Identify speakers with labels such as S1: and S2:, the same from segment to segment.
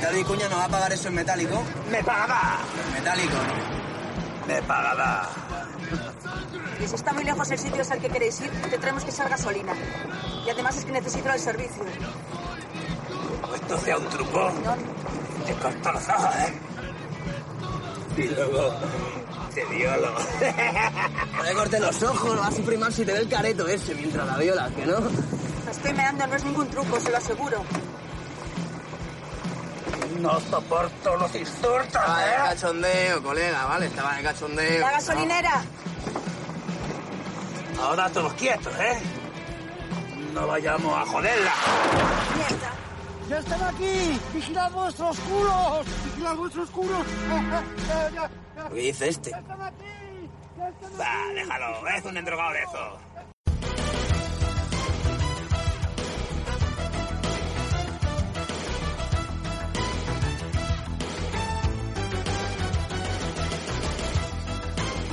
S1: David Vicuña nos va a pagar eso en metálico.
S2: ¡Me pagará!
S1: Metálico.
S2: ¡Me pagará!
S3: Y si está muy lejos el sitio al que queréis ir, tendremos que echar gasolina. Y además es que necesito el servicio.
S2: Esto sea un truco.
S3: No,
S2: Te cortó los ojos, ¿eh? Y luego te violo.
S1: No le cortes los ojos, lo va a sufrir más si te ve el careto ese mientras la violas, que no.
S3: me estoy meando, no es ningún truco, se lo aseguro.
S2: No soporto los insultos,
S1: Estaba de
S2: ¿eh?
S1: cachondeo, colega, ¿vale? Estaba de cachondeo.
S3: La gasolinera.
S2: Ahora todos quietos, ¿eh? No vayamos a joderla.
S3: Mierda.
S4: ¡Ya están aquí! ¡Vigilad vuestros culos! ¡Vigilad vuestros culos! ¡Ya, ya,
S1: ¿Qué dice este?
S4: ya están aquí! ¡Ya están aquí!
S2: Va, déjalo, es un endrogado de eso.
S5: ¡Buenos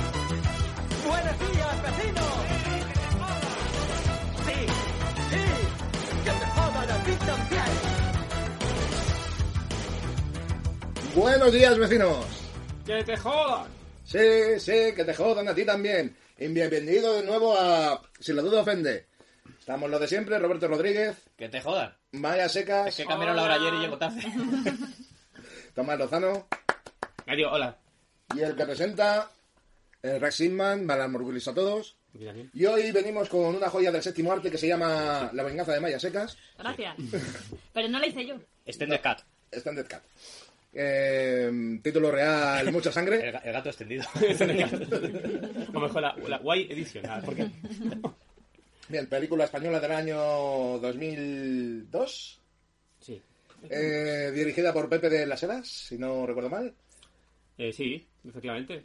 S5: días, vecinos! ¡Sí! ¡Sí! ¡Que te jodan a ti también!
S6: Buenos días, vecinos.
S7: ¡Que te jodan!
S6: Sí, sí, que te jodan a ti también. Y bienvenido de nuevo a Si la duda ofende. Estamos los de siempre, Roberto Rodríguez,
S8: Que te jodan.
S6: Maya
S8: Es
S6: Secas,
S8: que cambiaron la hora ayer y llego tarde.
S6: Tomás Lozano
S7: Adiós, hola.
S6: y el que presenta, el Rex Sigman, Malamorgulis a todos. Y hoy venimos con una joya del séptimo arte que se llama La venganza de Maya Secas,
S9: Gracias. Pero no la hice yo.
S8: Extended Cat.
S6: Standard Cat. Eh, título real, mucha
S5: Eh.
S8: El,
S6: sangre.
S8: ga- el gato extendido.
S7: O mejor la, la guay edición. nada, porque
S6: Bien, película española del año 2002.
S7: Sí.
S6: Eh, dirigida por Pepe de las Heras, si no recuerdo mal.
S7: Eh, sí, efectivamente.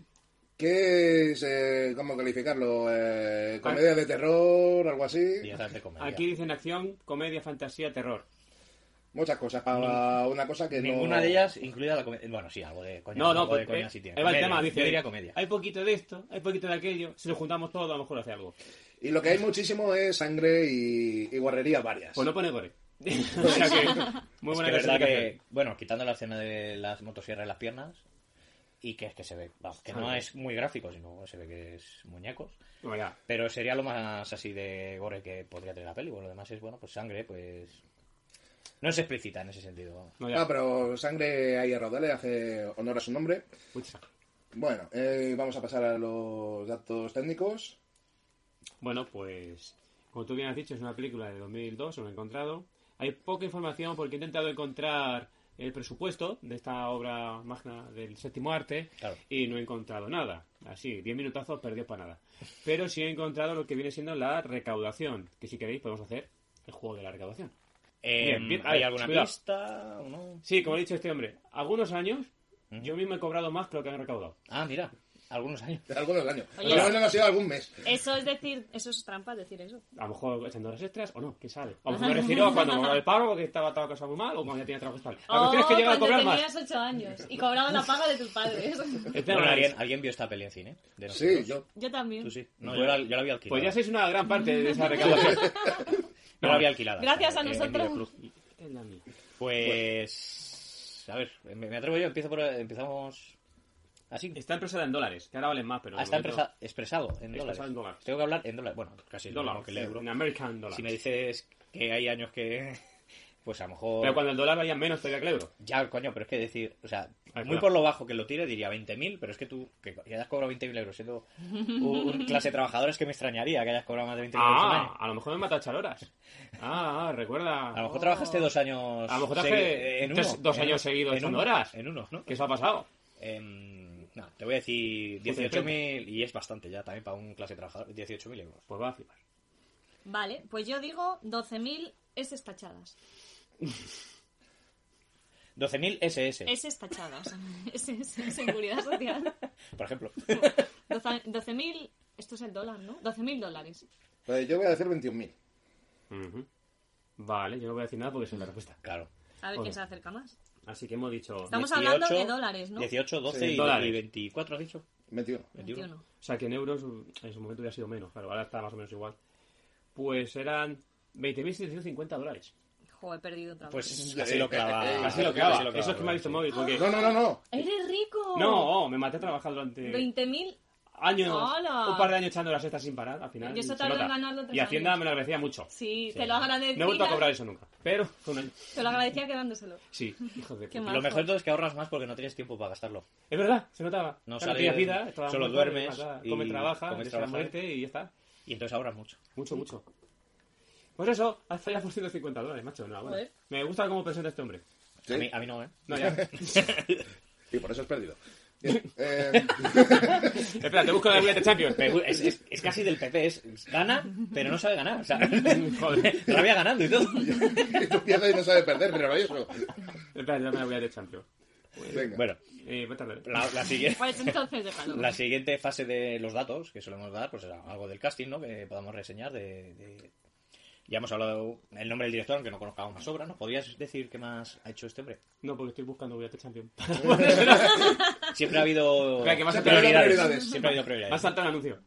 S6: ¿Qué es, eh, cómo calificarlo? Eh, ¿Comedia de terror, algo así?
S8: Y ya sabes de comedia.
S7: Aquí dicen acción, comedia, fantasía, terror.
S6: Muchas cosas para una cosa que no-
S8: Ninguna de ellas, incluida la comedia. Bueno, sí, algo de coña.
S7: No, no,
S8: algo
S7: porque
S8: de coña sí tiene.
S7: ahí va el
S8: Comedia,
S7: tema, dice.
S8: Yo diría comedia.
S7: Hay poquito de esto, hay poquito de aquello. Si lo juntamos todo, a lo mejor hace algo.
S6: Y lo que hay muchísimo es sangre y, y guarrerías varias.
S7: Pues no pone gore. o sea que, muy
S8: es
S7: buena
S8: que verdad
S7: clasificación.
S8: que, bueno, quitando la escena de las motosierras y las piernas, y que es que se ve, vamos, que no
S7: Ah.
S8: es muy gráfico, sino se ve que es muñecos.
S7: Bueno, ya.
S8: Pero sería lo más así de gore que podría tener la peli. Bueno, lo demás es, bueno, pues sangre, pues. No es explícita en ese sentido. vamos.
S7: No, ya.
S6: Ah, pero sangre ahí a Rodale hace honor a su nombre.
S7: Mucha.
S6: Bueno, eh, vamos a pasar a los datos técnicos.
S7: Bueno, pues como tú bien has dicho, es una película de 2002, lo he encontrado. Hay poca información porque he intentado encontrar el presupuesto de esta obra magna del séptimo arte
S8: Claro.
S7: y no he encontrado nada. Así, 10 minutazos perdidos para nada. Pero sí he encontrado lo que viene siendo la recaudación, que si queréis podemos hacer el juego de la recaudación.
S8: Eh,
S7: Bien, bien. A
S8: ¿Hay
S7: ver,
S8: alguna
S7: cuidado.
S8: pista o no?
S7: Sí, como ha dicho este hombre, algunos años
S8: Ujú.
S7: yo mismo he cobrado más que lo que han recaudado.
S8: Ah, mira, algunos años.
S6: De algunos años.
S9: Oye.
S6: Pero no ha sido algún mes.
S9: Eso es decir, eso es trampa decir eso.
S7: A lo mejor echando horas extras o no, que sabe. O a lo mejor me refiero a cuando cobraba el paro porque estaba toda cosa muy mal o cuando ya tenía trabajo estable. La cuestión es que llega a
S9: Oh, cuando
S7: cobrar más.
S9: tenías ocho años y cobraba la paga de tus padres.
S7: El tema
S8: Bueno,
S7: Este es-
S8: ¿alguien, ¿Alguien vio esta peli en cine? De
S6: Sí,
S8: nosotros.
S6: yo.
S9: Yo también.
S8: Tú sí. No, yo la, yo la vi alquilada.
S7: Pues ya sois una gran parte de esa recaudación.
S8: Yo la vi alquilada.
S9: Gracias a
S8: en
S9: nosotros.
S8: Videoclub.
S7: Es la mía.
S8: Pues... A ver, me, me atrevo yo. Empiezo por... Empezamos... Así.
S7: Está empresada en dólares, que ahora valen más, pero. de
S8: Ah, está
S7: momento-
S8: empresa- expresado en dólares.
S7: en dólares.
S8: Tengo que hablar en dólares. Bueno, casi es lo mismo
S7: Dólar,
S8: que el euro.
S7: En American dólar.
S8: Si me dices que hay años que... Pues a lo mejor...
S7: Pero cuando el dólar valía menos todavía que el euro.
S8: Ya, coño, pero es que decir, o sea,
S7: Ay,
S8: muy
S7: cuidado.
S8: por lo bajo que lo tire diría 20.000, pero es que tú, que que hayas cobrado 20.000 euros siendo un, un clase de trabajadores que me extrañaría que hayas cobrado más de 20.000 euros al
S7: Ah,
S8: año.
S7: a lo mejor me mata a echar horas. Ah, ah, recuerda.
S8: A lo mejor trabajaste dos años.
S7: A lo mejor
S8: segui-
S7: traje
S8: en
S7: tres-
S8: uno,
S7: dos
S8: en
S7: años
S8: uno,
S7: seguidos
S8: en
S7: echando
S8: uno,
S7: horas.
S8: En uno, ¿no?
S7: ¿Qué eso ha pasado?
S8: Em, no, te voy a decir 18.000 y es bastante ya también para un clase de trabajador. 18.000 euros.
S7: Pues va a flipar.
S9: Vale, pues yo digo 12.000 es estachadas.
S8: 12.000 SS,
S9: Es estachadas. Es, es, es seguridad social.
S8: por ejemplo.
S9: Doce- 12.000, esto es el dólar, ¿no? 12.000 dólares.
S6: Pues yo voy a decir 21.000.
S7: Ujú. Vale, yo no voy a decir nada porque esa es la respuesta.
S8: claro.
S9: A ver
S7: Bueno.
S9: quién se acerca más.
S7: Así que hemos dicho.
S9: Estamos hablando de dólares, ¿no?
S8: 18, 12
S6: Sí,
S8: y,
S7: dólares.
S8: y 24, has dicho.
S6: 21.
S8: 21.
S9: 21.
S7: O sea, que en euros en su momento hubiera sido menos, claro, ahora está más o menos igual. Pues eran 20.650 dólares.
S9: Jo, he perdido otra vez.
S8: Pues
S6: Ya,
S8: casi lo
S6: eh, eh, eh,
S8: clava.
S7: Así lo
S6: sí,
S7: clava.
S6: sí,
S7: Eso es que me ha visto móvil. Porque...
S6: No, no, no, no.
S9: ¡Eres rico! Eh,
S7: No, me maté a trabajar durante
S9: 20.000.
S7: años.
S9: ¡Hala!
S7: Un par de años echando las cestas sin parar, al final.
S9: Yo eso
S7: se
S9: tardó en
S7: nota.
S9: ganarlo tres
S7: Y Hacienda
S9: años.
S7: me lo agradecía mucho.
S9: Sí, te lo agradecía.
S7: No he vuelto a cobrar eso nunca. Pero fue un año.
S9: Te lo agradecía quedándoselo.
S7: Sí, hijo de
S9: Qué
S7: puta.
S9: mal.
S8: Lo mejor de todo es que ahorras más porque no tienes tiempo para gastarlo.
S7: Es verdad, se notaba.
S8: No
S7: Claro,
S8: sales,
S7: tienes vida, estaba
S8: solo
S7: mejor,
S8: duermes
S7: nada,
S8: y
S7: Comes, trabajas,
S8: comes,
S7: deseas
S8: trabajas.
S7: muerte y ya está.
S8: Y entonces ahorras mucho.
S7: Mucho, mucho. Pues eso, haz falla por 150 dólares, macho. No, bueno.
S9: Joder.
S7: Me gusta cómo presenta este hombre.
S6: Sí.
S8: A, mí, a mí no, ¿eh?
S7: No, ya.
S6: Y por eso has perdido. Eh, eh,
S7: Espera, te busco la Wii de Champions.
S8: Me gu- Es, es- es casi del PP. Es, es- gana, pero no sabe ganar. O sea,
S7: Joder.
S8: rabia ganando y todo.
S6: tú piensas y no sabes perder, pero eso.
S7: Espera, ya me la voy a de Champions.
S6: Venga.
S8: Bueno,
S7: Eh, vete a ver.
S8: la, la siguiente...
S9: Pues entonces déjalo.
S8: La siguiente fase de los datos que solemos dar, pues era algo del casting, ¿no? Que podamos reseñar de, de- Ya hemos hablado el nombre del director, aunque no conozcamos más obra, ¿no? ¿Podrías decir qué más ha hecho este hombre?
S7: No, porque estoy buscando Wii de Champions.
S8: Siempre ha habido...
S7: Espera, que más
S8: siempre ha
S7: prioridades.
S8: habido prioridades. Siempre ha habido
S7: Me ha
S8: prioridades.
S7: saltado un anuncio.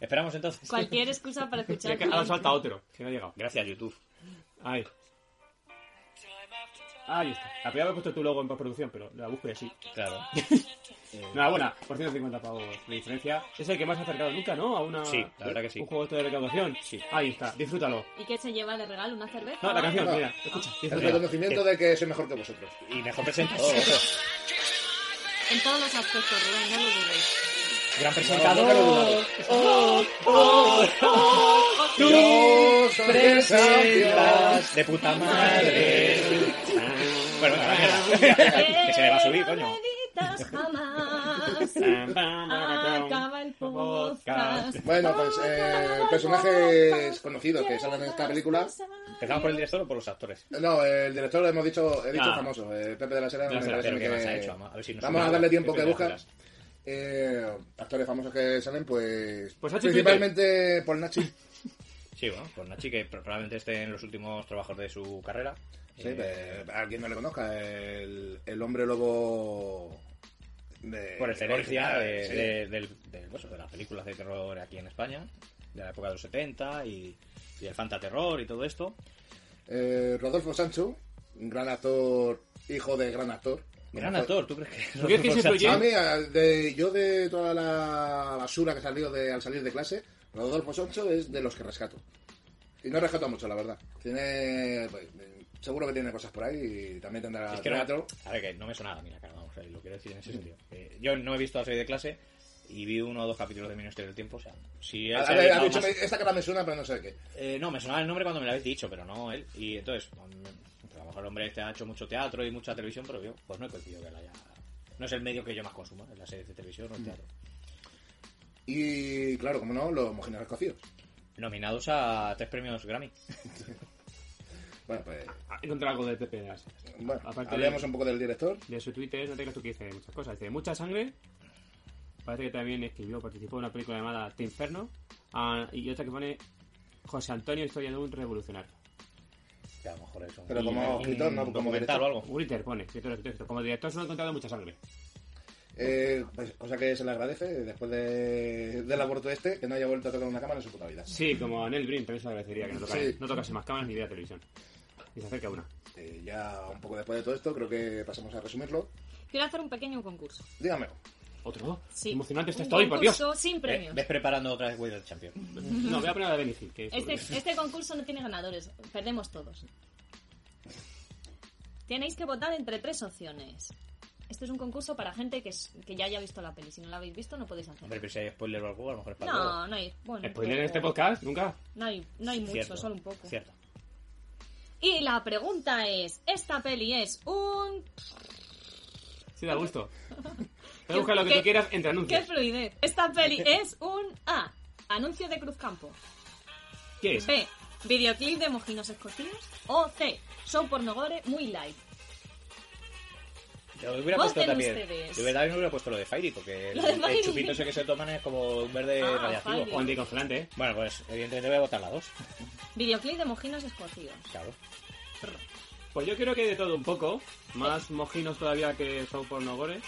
S8: Esperamos entonces.
S9: Cualquier excusa para escuchar.
S7: Es que ahora salta otro, que no ha llegado.
S8: Gracias, YouTube.
S7: Ahí. Ahí está. La primera vez he puesto tu logo en postproducción, pero la busco y así.
S8: Claro.
S7: Enhorabuena, por 150 pavos de diferencia. Es el que más ha acercado nunca, ¿no? A una...
S8: Sí, la verdad que sí.
S7: Un juego esto de recaudación. Sí. Ahí está, disfrútalo.
S9: ¿Y qué se lleva de regalo? ¿Una cerveza?
S7: No, la canción,
S6: No.
S7: mira, escucha.
S6: El
S7: disfrútala.
S6: reconocimiento de que soy mejor que vosotros.
S8: Y mejor presentador. ojo.
S9: En todos los aspectos, Rubén, no lo dudéis.
S8: Gran
S6: No, no, no, no,
S8: presentador.
S6: no.
S8: Dos
S6: Dos
S8: presentas de puta madre. Bueno, venga, venga. que se le va a subir, coño.
S9: Margaritas jamás. Acaba el podcast.
S7: Podcast.
S6: Bueno, pues eh, personajes conocidos que salen en esta película.
S8: ¿Empezamos por el director o por los actores?
S6: No, el director lo hemos dicho, he dicho
S7: Ah.
S6: famoso, eh, Pepe de la Sera.
S7: De la
S6: me
S7: Sera,
S6: parece
S8: pero
S6: que-
S8: ¿qué más ha hecho? Vamos a ver si nos
S6: Vamos a
S8: suena
S6: darle
S8: algo.
S6: tiempo que
S8: Pepe de la
S6: busca.
S8: Sera.
S6: Eh, actores famosos que salen, pues,
S7: Pues Nachi
S6: principalmente por Nachi.
S8: Sí, bueno, pues Nachi, que probablemente esté en los últimos trabajos de su carrera.
S6: Sí,
S8: Eh,
S6: eh, a quien no le conozca, el, el hombre lobo de,
S8: por excelencia
S6: original,
S8: de,
S6: sí.
S8: de- del- del- bueno, de las películas de terror aquí en España, de la época de los 70 y, y el fantaterror y todo esto.
S6: Eh, Rodolfo Sancho, un gran actor, hijo de gran actor.
S8: Gran
S6: pues,
S8: actor, ¿tú crees que
S7: ¿Tú crees que se
S8: Sánchez?
S6: A
S7: influyó?
S6: mí, a- de- yo de toda la basura que salió de, al salir de clase, Rodolfo Sancho es de los que rescato. Y no rescato mucho, la verdad. Tiene, pues, eh, seguro que tiene cosas por ahí y también tendrá
S8: Es que
S6: teatro.
S8: no, a ver, que no me sonaba a mí la cara, vamos, ahí lo quiero decir en ese sentido. Eh, yo no he visto la serie de clase y vi uno o dos capítulos de Ministerio del Tiempo, o sea, si él
S6: A-
S8: se
S6: a
S8: ha
S6: ver, ha
S8: dedicado
S6: dicho,
S8: más-
S6: "Me- esta cara me suena, pero no sé de qué.
S8: Eh, no, me sonaba el nombre cuando me lo habéis dicho, pero no él. Y entonces, mm, a lo mejor el hombre este ha hecho mucho teatro y mucha televisión, pero yo, pues no he coincidido que él haya. No es el medio que yo más consumo, es la serie de televisión o
S6: Mm.
S8: el teatro.
S6: Y claro, como no, los mojinos escocidos.
S8: Nominados a tres premios Grammy.
S6: Bueno, pues.
S7: Ah, He encontrado algo de TP de las-
S6: Bueno,
S7: Aparte
S6: hablemos
S7: de-
S6: un poco del director.
S7: de su Twitter, no tengas tú que dice muchas cosas. Dice mucha sangre. Parece que también escribió, participó en una película llamada Te Inferno. Ah, y otra que pone José Antonio, historia de un revolucionario.
S8: Que a lo mejor es un,
S6: Pero como
S8: un
S6: escritor, no como
S8: documental
S6: director.
S8: o algo.
S7: Twitter pone, escritor, escritor. Como director solo he encontrado mucha sangre.
S6: Eh, pues, cosa que se le agradece después de- del aborto este, que no haya vuelto a tocar una cámara en su puta vida.
S7: Sí, como en el Brim también se lo agradecería que no tocase,
S6: Sí.
S7: no tocase más cámaras ni viera televisión. Y se acerca una.
S6: Eh, ya un poco después de todo esto, creo que pasamos a resumirlo.
S9: Quiero hacer un pequeño concurso.
S6: Dígame.
S7: ¿Otro?
S9: Sí.
S7: Emocionante este
S9: Un
S7: estoy, por Dios.
S9: concurso sin
S8: Eh,
S9: premios.
S8: ves preparando otra vez Way of the Champion.
S7: No, voy a poner la de Benny Hill, que es-
S9: Este, este concurso no tiene ganadores, perdemos todos. Tenéis que votar entre tres opciones. Esto es un concurso para gente que, es- que ya haya visto la peli. Si no la habéis visto, no podéis
S8: Hombre,
S9: hacerlo.
S8: pero si hay spoiler o algo, a lo mejor es para
S9: No,
S8: luego.
S9: no hay. Bueno,
S7: Spoiler en este
S9: poco.
S7: podcast, nunca.
S9: No hay, no hay mucho,
S8: Cierto,
S9: solo un poco.
S8: Cierto.
S9: Y la pregunta es: ¿esta peli es un.?
S7: Sí, da gusto. Te
S9: ¿Qué-
S7: busca lo que
S9: qué-
S7: tú quieras entre
S9: ¡Qué
S7: anuncios.
S9: fluidez! Esta peli es un A. Anuncio de Cruzcampo.
S7: ¿Qué es?
S9: B. Videoclip de mojinos escocidos. O C. Son pornogore muy light.
S8: Yo hubiera
S9: Voten
S8: puesto también.
S9: ustedes.
S8: Yo hubiera, también hubiera puesto lo de Fairy, porque el,
S9: Lo de
S8: el
S9: Fairy.
S8: chupito ese que se toman es como un verde
S9: Ah,
S8: radiactivo.
S9: Fairy.
S7: O anticongelante, ¿eh?
S8: Bueno, pues evidentemente voy a votar la dos.
S9: Videoclip de mojinos escocidos.
S8: Claro.
S7: Pues yo creo que hay de todo un poco. Más mojinos todavía que son pornogores.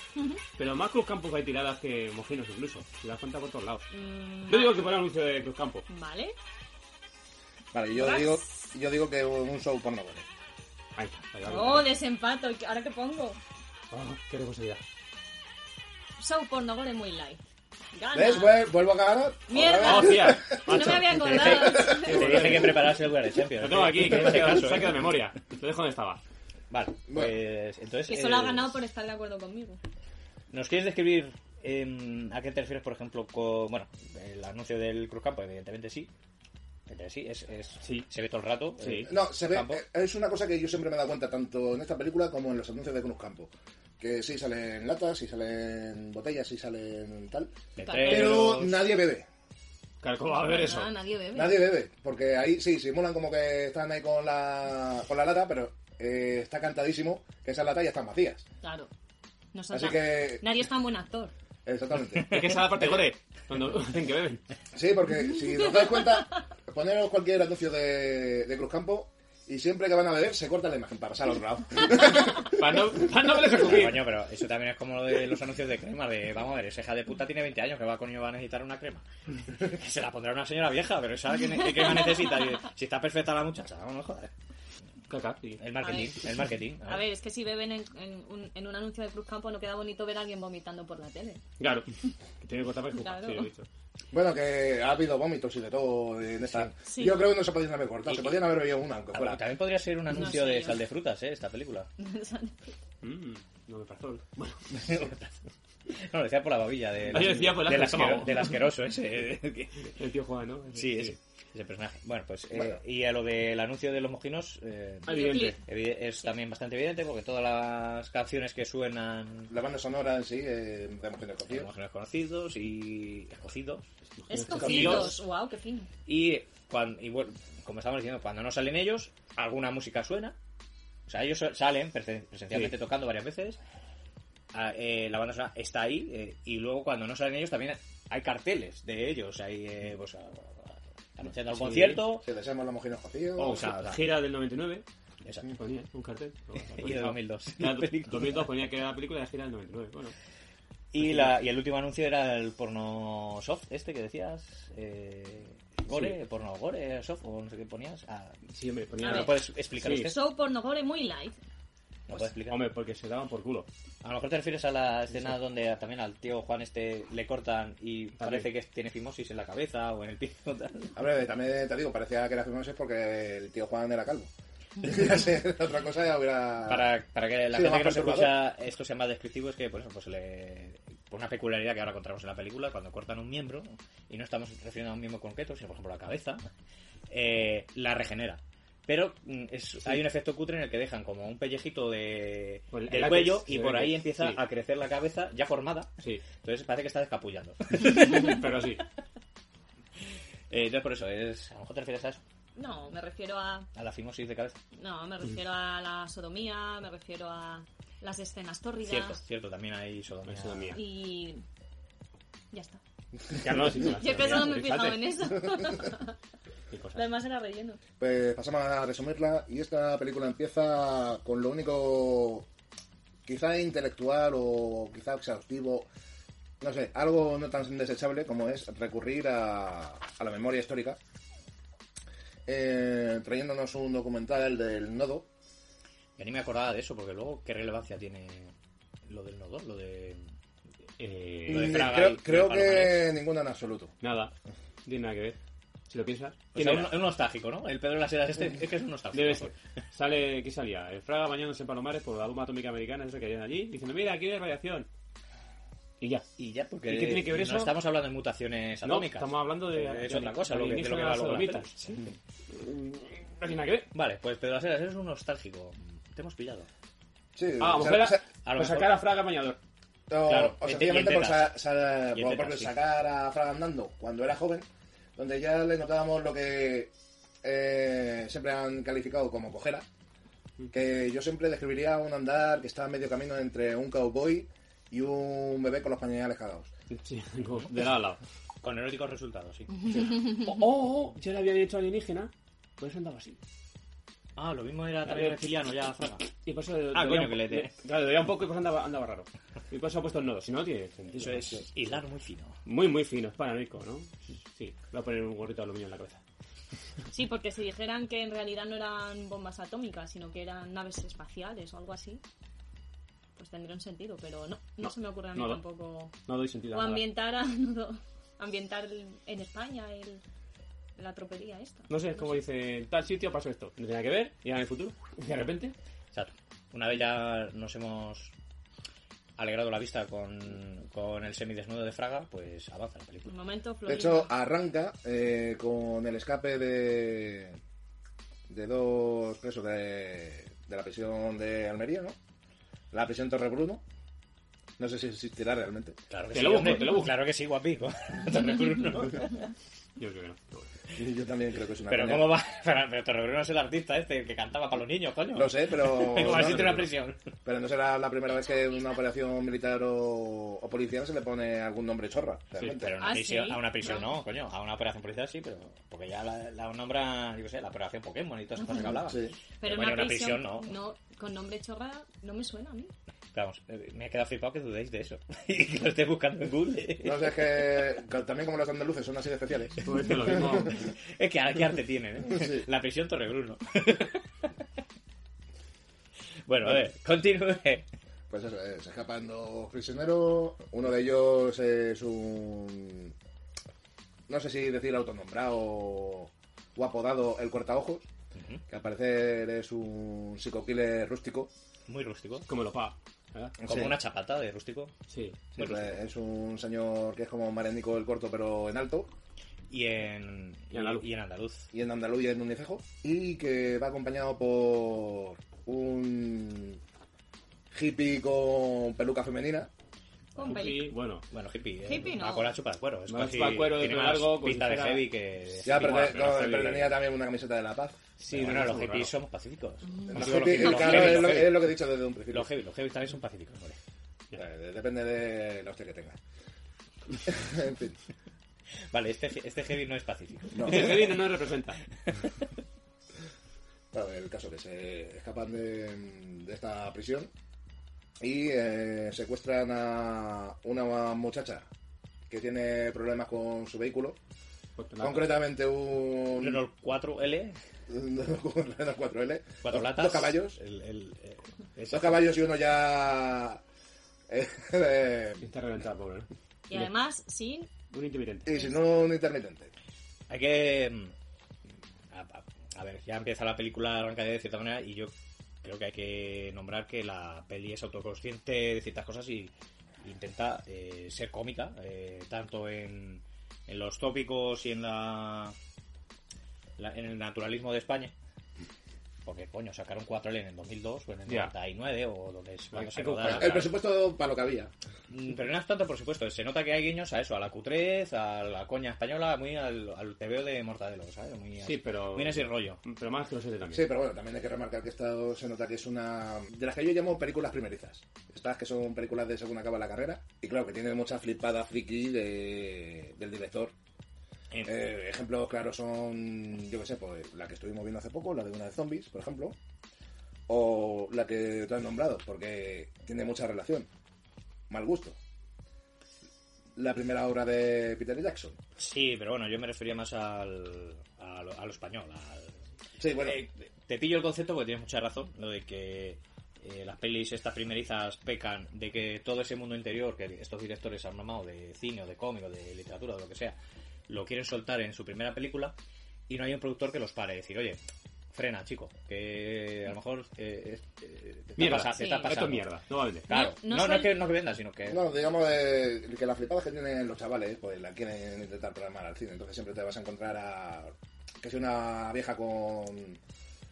S7: Pero más Cruz Campos hay tiradas que mojinos incluso. Te das cuenta por todos lados.
S9: Mm,
S7: Yo digo que pone anuncio de Cruz Campo.
S9: Vale.
S6: Vale, yo digo, yo digo que un show porno vale.
S7: Ahí está. ahí va.
S9: Oh, desempato. ¿Ahora qué pongo?
S7: Oh, qué responsabilidad.
S9: Show porno gore muy light. Gana.
S6: ¿Ves? Vuel- Vuelvo a ganar.
S9: Mierda.
S7: ¡Oh, tía!
S9: No me había
S8: Te
S9: acordado.
S8: dije, te dije que preparase el lugar de Champions.
S7: Lo tengo aquí, que
S8: No
S7: me
S8: hace caso,
S7: saque de
S8: ¿eh?
S7: memoria. Lo dejo donde estaba.
S8: Vale, pues entonces...
S9: Que solo ha
S8: eh,
S9: ganado por estar de acuerdo conmigo.
S8: ¿Nos quieres describir eh, a qué te refieres, por ejemplo, con. Bueno, el anuncio del Cruzcampo? Evidentemente sí. Evidentemente sí, es, es-
S7: Sí.
S8: se ve todo el rato.
S7: Sí.
S8: eh,
S6: No, se ve.
S8: campo.
S6: eh, Es una cosa que yo siempre me he dado cuenta, tanto en esta película como en los anuncios de Cruz Campo. Que sí salen latas, sí salen botellas, sí salen tal. Pero
S8: Letreros.
S6: nadie bebe.
S7: Calco va a ver eso.
S9: Ah, nadie bebe.
S6: Nadie bebe. Porque ahí sí simulan como que están ahí con la, con la lata, pero eh, está cantadísimo que esas latas ya están vacías.
S9: Claro. No son
S6: Así
S9: tan-
S6: que.
S9: Nadie es tan buen actor.
S6: Exactamente.
S7: Es que esa es la parte gore. Cuando hacen que beben.
S6: Sí, porque si os dais cuenta, poneros cualquier anuncio de, de Cruz Campo y siempre que van a beber se corta la imagen para pasar a otro lado.
S7: Para no, para no verles
S8: Pero,
S7: escupir.
S8: coño, pero eso también es como lo de los anuncios de crema, de vamos a ver, esa hija de puta tiene 20 años, que va coño va a necesitar una crema. Que se la pondrá una señora vieja, pero esa que, que crema necesita. Y, si está perfecta la muchacha, vamos no joder.
S7: Caca, sí.
S8: El marketing,
S9: A
S8: el marketing.
S9: A ver, es que si beben en, en un, en un anuncio de Cruz Campo no queda bonito ver a alguien vomitando por la tele.
S7: Claro. Que tiene que cortar para escupir.
S9: Claro.
S7: Sí, lo he visto.
S6: Bueno, que ha habido vómitos y de todo en esta.
S9: Sí.
S6: Yo creo que no se podían haber cortado, se podían haber bebido una, aunque
S8: Ah,
S6: fuera.
S8: También podría ser un anuncio
S9: sé
S8: de
S9: yo.
S8: sal de frutas, ¿eh? Esta película.
S7: Mm, no me pasó. Bueno,
S8: No, lo decía por la babilla de,
S7: Ah, yo decía por el
S8: del,
S7: estómago.
S8: asquero- del asqueroso ese. ¿eh?
S7: el tío Juan, ¿no? Eh,
S8: Sí, ese, ese personaje. Bueno, pues eh,
S6: Bueno.
S8: y a lo del anuncio de los mojinos eh,
S7: Ah, Evidente.
S8: evi- es también bastante evidente porque todas las canciones que suenan
S6: La banda sonora en sí, eh, de Mujeres
S8: de
S6: Cocidas.
S8: mojinos conocidos y escocidos
S9: Escocidos. Wow, qué fino.
S8: y cuan- y bueno, como estábamos diciendo, cuando no salen ellos, alguna música suena. O sea, ellos so- salen presen- presencialmente tocando varias veces. Ah, eh, la banda sonora está ahí eh, y luego cuando no salen ellos también hay carteles de ellos. Hay, eh, pues, a- a- anunciando el
S7: Sí. Oh,
S8: concierto.
S6: Si deseamos los mojinos cocidos.
S7: O
S8: Oh, o sea, o sea.
S7: gira del 99.
S8: Exacto.
S7: Ponía un cartel. No,
S8: Y de 2002.
S7: La, 2002 ponía que era la película de gira del 99. Bueno,
S8: Y, la, y el último anuncio era el porno soft, este que decías. Eh, gore,
S7: Sí.
S8: porno gore, soft, o no sé qué ponías. Ah,
S7: sí, hombre,
S9: A
S7: ponía.
S8: ¿No
S9: ver.
S8: lo puedes explicar
S7: Sí.
S8: usted?
S9: Show pornogore muy light.
S8: ¿Lo puedes explicar?
S7: Hombre, porque se daban por culo.
S8: Pues, A lo mejor te refieres a la escena donde también al tío Juan este le cortan y parece que tiene fimosis en la cabeza o en el pie o tal.
S6: Hombre, también te digo, parecía que era es porque el tío Juan era calvo. Ya sé, otra cosa ya hubiera.
S8: Para, para que la
S6: Ah. Sí, lo
S8: gente
S6: más
S8: que nos escucha
S6: perturbador.
S8: esto sea más descriptivo es que por eso pues se le por una peculiaridad que ahora encontramos en la película cuando cortan un miembro y no estamos refiriendo a un miembro concreto sino por ejemplo la cabeza eh, la regenera pero mm, es- hay un efecto cutre en el que dejan como un pellejito de,
S7: Pues el
S8: del
S7: látex,
S8: cuello y
S7: se
S8: por
S7: ve
S8: ahí
S7: que-
S8: empieza
S7: sí.
S8: a crecer la cabeza ya formada
S7: Sí.
S8: entonces parece que está descapullando
S7: Pero sí.
S8: Eh, entonces por eso es a lo mejor te refieres a eso
S9: No, me refiero a.
S8: a la fimosis de cabeza
S9: No, me refiero a la sodomía, me refiero a las escenas tórridas.
S8: cierto cierto también hay sodomía
S7: Eso es mía.
S9: Y. Ya está.
S7: Ya no, sí, sí, sí,
S9: Yo que
S7: mira,
S9: solo me he fijado
S7: fíjate.
S9: en eso.
S7: Qué cosa.
S9: Lo demás era relleno.
S6: Pues pasamos a resumirla y esta película empieza con lo único quizá intelectual o quizá exhaustivo, no sé, algo no tan desechable como es recurrir a, a la memoria histórica, eh, trayéndonos un documental del nodo.
S8: Ya ni me acordaba de eso, porque luego, ¿qué relevancia tiene lo del nodo? Lo de.
S7: Eh,
S8: Lo de
S6: Mm,
S8: Fraga
S6: creo
S8: y- y de
S6: creo que
S8: Palomares.
S6: ninguna en absoluto.
S7: nada. No tiene nada que ver. Si lo piensas.
S8: O
S7: tiene
S8: sea, un, un nostálgico, ¿no? El Pedro de las Heras este es que es un nostálgico.
S7: Debe ser. Sale, ¿qué salía? El Fraga bañándose en Palomares por la bomba atómica americana, esa que habían allí, diciendo, mira, aquí hay radiación. Y ya.
S8: Y ya, porque.
S7: ¿Y qué tiene que ver
S8: no
S7: eso?
S8: estamos hablando de mutaciones
S7: No,
S8: atómicas.
S7: estamos hablando de...
S8: Eh, Es
S7: de-
S8: otra cosa,
S7: de
S8: lo que, de lo que
S7: alienígenas
S8: va luego la
S7: sodomitas.
S8: peli.
S7: Sí. No tiene nada que ver.
S8: Vale, pues Pedro de las Heras eres un nostálgico. Te hemos pillado.
S6: Sí,
S7: Ah, a
S6: o
S7: lo
S6: sea,
S7: mejor
S6: o sea,
S8: a
S7: era-
S8: lo
S7: pues
S8: mejor-
S7: sacar a Fraga al bañador.
S6: o-
S8: claro,
S6: o
S8: y en
S6: sencillamente por,
S8: tetas.
S6: sa- sa-
S8: Y en
S6: por-
S8: tetas,
S6: por
S8: sí.
S6: sacar a Fraga andando cuando era joven, donde ya le notábamos lo que eh, siempre han calificado como cojera, que yo siempre describiría un andar que está a medio camino entre un cowboy y un bebé con los pañales cagados.
S7: Sí, de lado a lado.
S8: Con eróticos resultados, sí.
S7: Oh, oh, oh, yo le había dicho alienígena, por eso andaba así.
S8: Ah, lo mismo era
S7: Eh,
S8: también reptiliano, ya, Fraga.
S7: Y por eso...
S8: Ah,
S7: dolía
S8: coño,
S7: un-
S8: que le-
S7: le- Claro, le un poco y por eso andaba, andaba raro. Y por eso ha puesto el nodo, si no, no tiene sentido.
S8: Eso es hilar muy fino.
S7: Muy, muy fino, es paranoico, ¿no? Sí, le va a poner un gorrito de aluminio en la cabeza.
S9: Sí, porque si dijeran que en realidad no eran bombas atómicas, sino que eran naves espaciales o algo así, pues tendría un sentido, pero no, no,
S7: No,
S9: se me ocurre a mí
S7: no lo-
S9: tampoco.
S7: No doy sentido
S9: O
S7: a nada.
S9: ambientar, a- no, ambientar en España el, la tropería esta.
S7: No sé, es como dice, en tal sitio pasó esto. No tenía que ver, y ahora en el futuro. Y de repente,
S8: Exacto. Una vez ya nos hemos alegrado la vista con, con el semidesnudo de Fraga, pues avanza la
S9: Un
S8: película.
S9: momento,
S6: De
S9: Florida.
S6: hecho, arranca eh, con el escape de, de dos presos de, de la prisión de Almería, ¿no? La prisión Torre Bruno. No sé si existirá realmente.
S8: Claro que
S7: Te
S8: sí,
S7: lo busco,
S8: hombre.
S7: te lo busco.
S8: Claro que sí, guapico. Torrebruno.
S6: Pues
S7: yo creo que no. pero bueno.
S6: Y Yo también creo que es una.
S8: Pero
S6: coña.
S8: cómo va... Pero, pero Torrebruno es el artista este, el que cantaba para los niños, coño.
S6: Lo sé, pero.
S8: Como
S6: no,
S8: así tiene una prisión.
S6: pero no será la primera vez que en una operación militar o, o policial se le pone algún nombre chorra. Realmente.
S8: Pero a una
S9: Ah,
S8: prisión,
S9: ¿sí?
S8: a una prisión
S9: No.
S8: no. coño. A una operación policial sí, pero... Porque ya la, la nombra, yo qué sé, la operación Pokémon y todas esas cosas que hablaba.
S6: Sí.
S9: pero
S8: bueno,
S9: una,
S8: una
S9: prisión,
S8: prisión, no.
S9: Con nombre chorra no me suena a mí.
S8: Vamos, eh, me he quedado flipado que dudéis de eso. y que lo estéis buscando en Google.
S6: No sé, es que que también como los andaluces son así de especiales.
S7: Pues es que lo mismo.
S8: Es que ahora qué arte tienen, ¿eh?
S6: Sí.
S8: La prisión Torrebruno. bueno, a ver, continúe.
S6: Pues eso, eh, se escapan dos prisioneros. Uno de ellos es un. No sé si decir autonombrado o apodado el cortaojos, que al parecer es un psicoquile rústico.
S8: Muy rústico.
S7: Como lo pa. ¿verdad?
S8: Como
S6: Sí.
S8: una chapata de rústico.
S7: Sí.
S6: Sí, pues, es un señor que es como Marendico el corto, pero en alto,
S8: Y en,
S7: Y andaluz.
S8: y en andaluz.
S6: y en Andalucía en unicejo, y que va acompañado por un hippie con peluca femenina.
S9: Con
S7: Sí, bueno.
S8: Bueno, hippie.
S9: Hippie no.
S8: Va con la chupa de cuero. Es
S7: Va
S8: casi,
S7: chupa de cuero, de
S8: tiene
S7: pelo
S8: más
S7: largo, con
S8: pinta de
S7: tijera.
S8: heavy que...
S6: Ya, pero,
S7: igual,
S6: te-
S7: pero
S6: no,
S7: está
S6: pero
S7: bien.
S6: tenía también una camiseta de la paz.
S7: Sí,
S8: Pero bueno,
S7: no,
S8: los
S7: es muy
S8: hippies
S7: raro.
S8: somos pacíficos.
S6: Los
S8: Digo,
S6: hippies,
S8: los
S6: claro,
S8: heavy,
S6: es, lo,
S8: los heavy.
S6: es lo que he dicho desde un principio.
S8: Los heavy, los heavy también son pacíficos, vale.
S6: Eh, Depende de la hostia que tenga. en fin,
S8: Vale, este, este heavy no es pacífico.
S6: no.
S7: Este Kevin no nos representa.
S6: Claro, el caso que se escapan de, de esta prisión y eh, secuestran a una muchacha que tiene problemas con su vehículo.
S7: Porque la-
S6: Concretamente un...
S8: Renault 4L,
S6: un Renault 4L.
S8: cuatro
S6: dos,
S8: latas.
S6: dos caballos.
S8: El, el, eh, ese-
S6: Dos caballos y uno ya... eh, eh,
S7: Está reventado, pobre. ¿no?
S9: Y además, sin.
S7: Un intermitente.
S6: y si no, un intermitente.
S8: Hay que. mm, A, a- a ver, ya empieza la película, arranca de cierta manera, y yo creo que hay que nombrar que la peli es autoconsciente de ciertas cosas y intenta eh, ser cómica, eh, tanto en, en los tópicos y en la, la- en el naturalismo de España. Porque, coño, sacaron 4L en el 2002 o pues en el
S7: Ya.
S8: 99 o donde es cuando
S7: Hay
S8: se
S7: que
S8: rodara.
S7: buscar.
S6: El presupuesto para lo que había.
S8: Mm, Pero no es tanto por supuesto, se nota que hay guiños a eso, a la cutrez, a la coña española, muy al, al tebeo de Mortadelo, ¿sabes? Muy
S7: Sí, pero.
S8: Muy en ese rollo.
S7: Pero más que los 7
S6: Sí,
S7: también.
S6: pero bueno, también hay que remarcar que esta se nota que es una... De las que yo llamo películas primerizas. Estas que son películas de según acaba la carrera. Y claro, que tienen mucha flipada friki de- del director.
S8: En-
S6: Eh, ejemplos claros son, yo qué sé, pues la que estuvimos viendo hace poco, la de una de zombies, por ejemplo. O la que tú has nombrado, porque tiene mucha relación. Mal gusto. La primera obra de Peter Jackson.
S8: Sí, pero bueno, yo me refería más al, a, lo, a lo español. al-
S6: Sí, bueno.
S8: Eh, te pillo el concepto porque tienes mucha razón, lo de que eh, las pelis estas primerizas pecan de que todo ese mundo interior que estos directores han mamado de cine o de cómic o de literatura o de lo que sea, lo quieren soltar en su primera película y no hay un productor que los pare, decir, oye, frena, chico, que a lo mejor eh, es- eh, te,
S7: Mierda.
S8: está pasa- te está
S9: Sí.
S8: pasando.
S7: Esto es mierda. No vale.
S8: Claro,
S9: No- no
S8: no, no,
S9: suel-
S8: es que, no que vendas, sino que...
S6: No, digamos eh, que las flipadas que tienen los chavales, pues la quieren intentar programar al cine. Entonces siempre te vas a encontrar a. que sea una vieja con.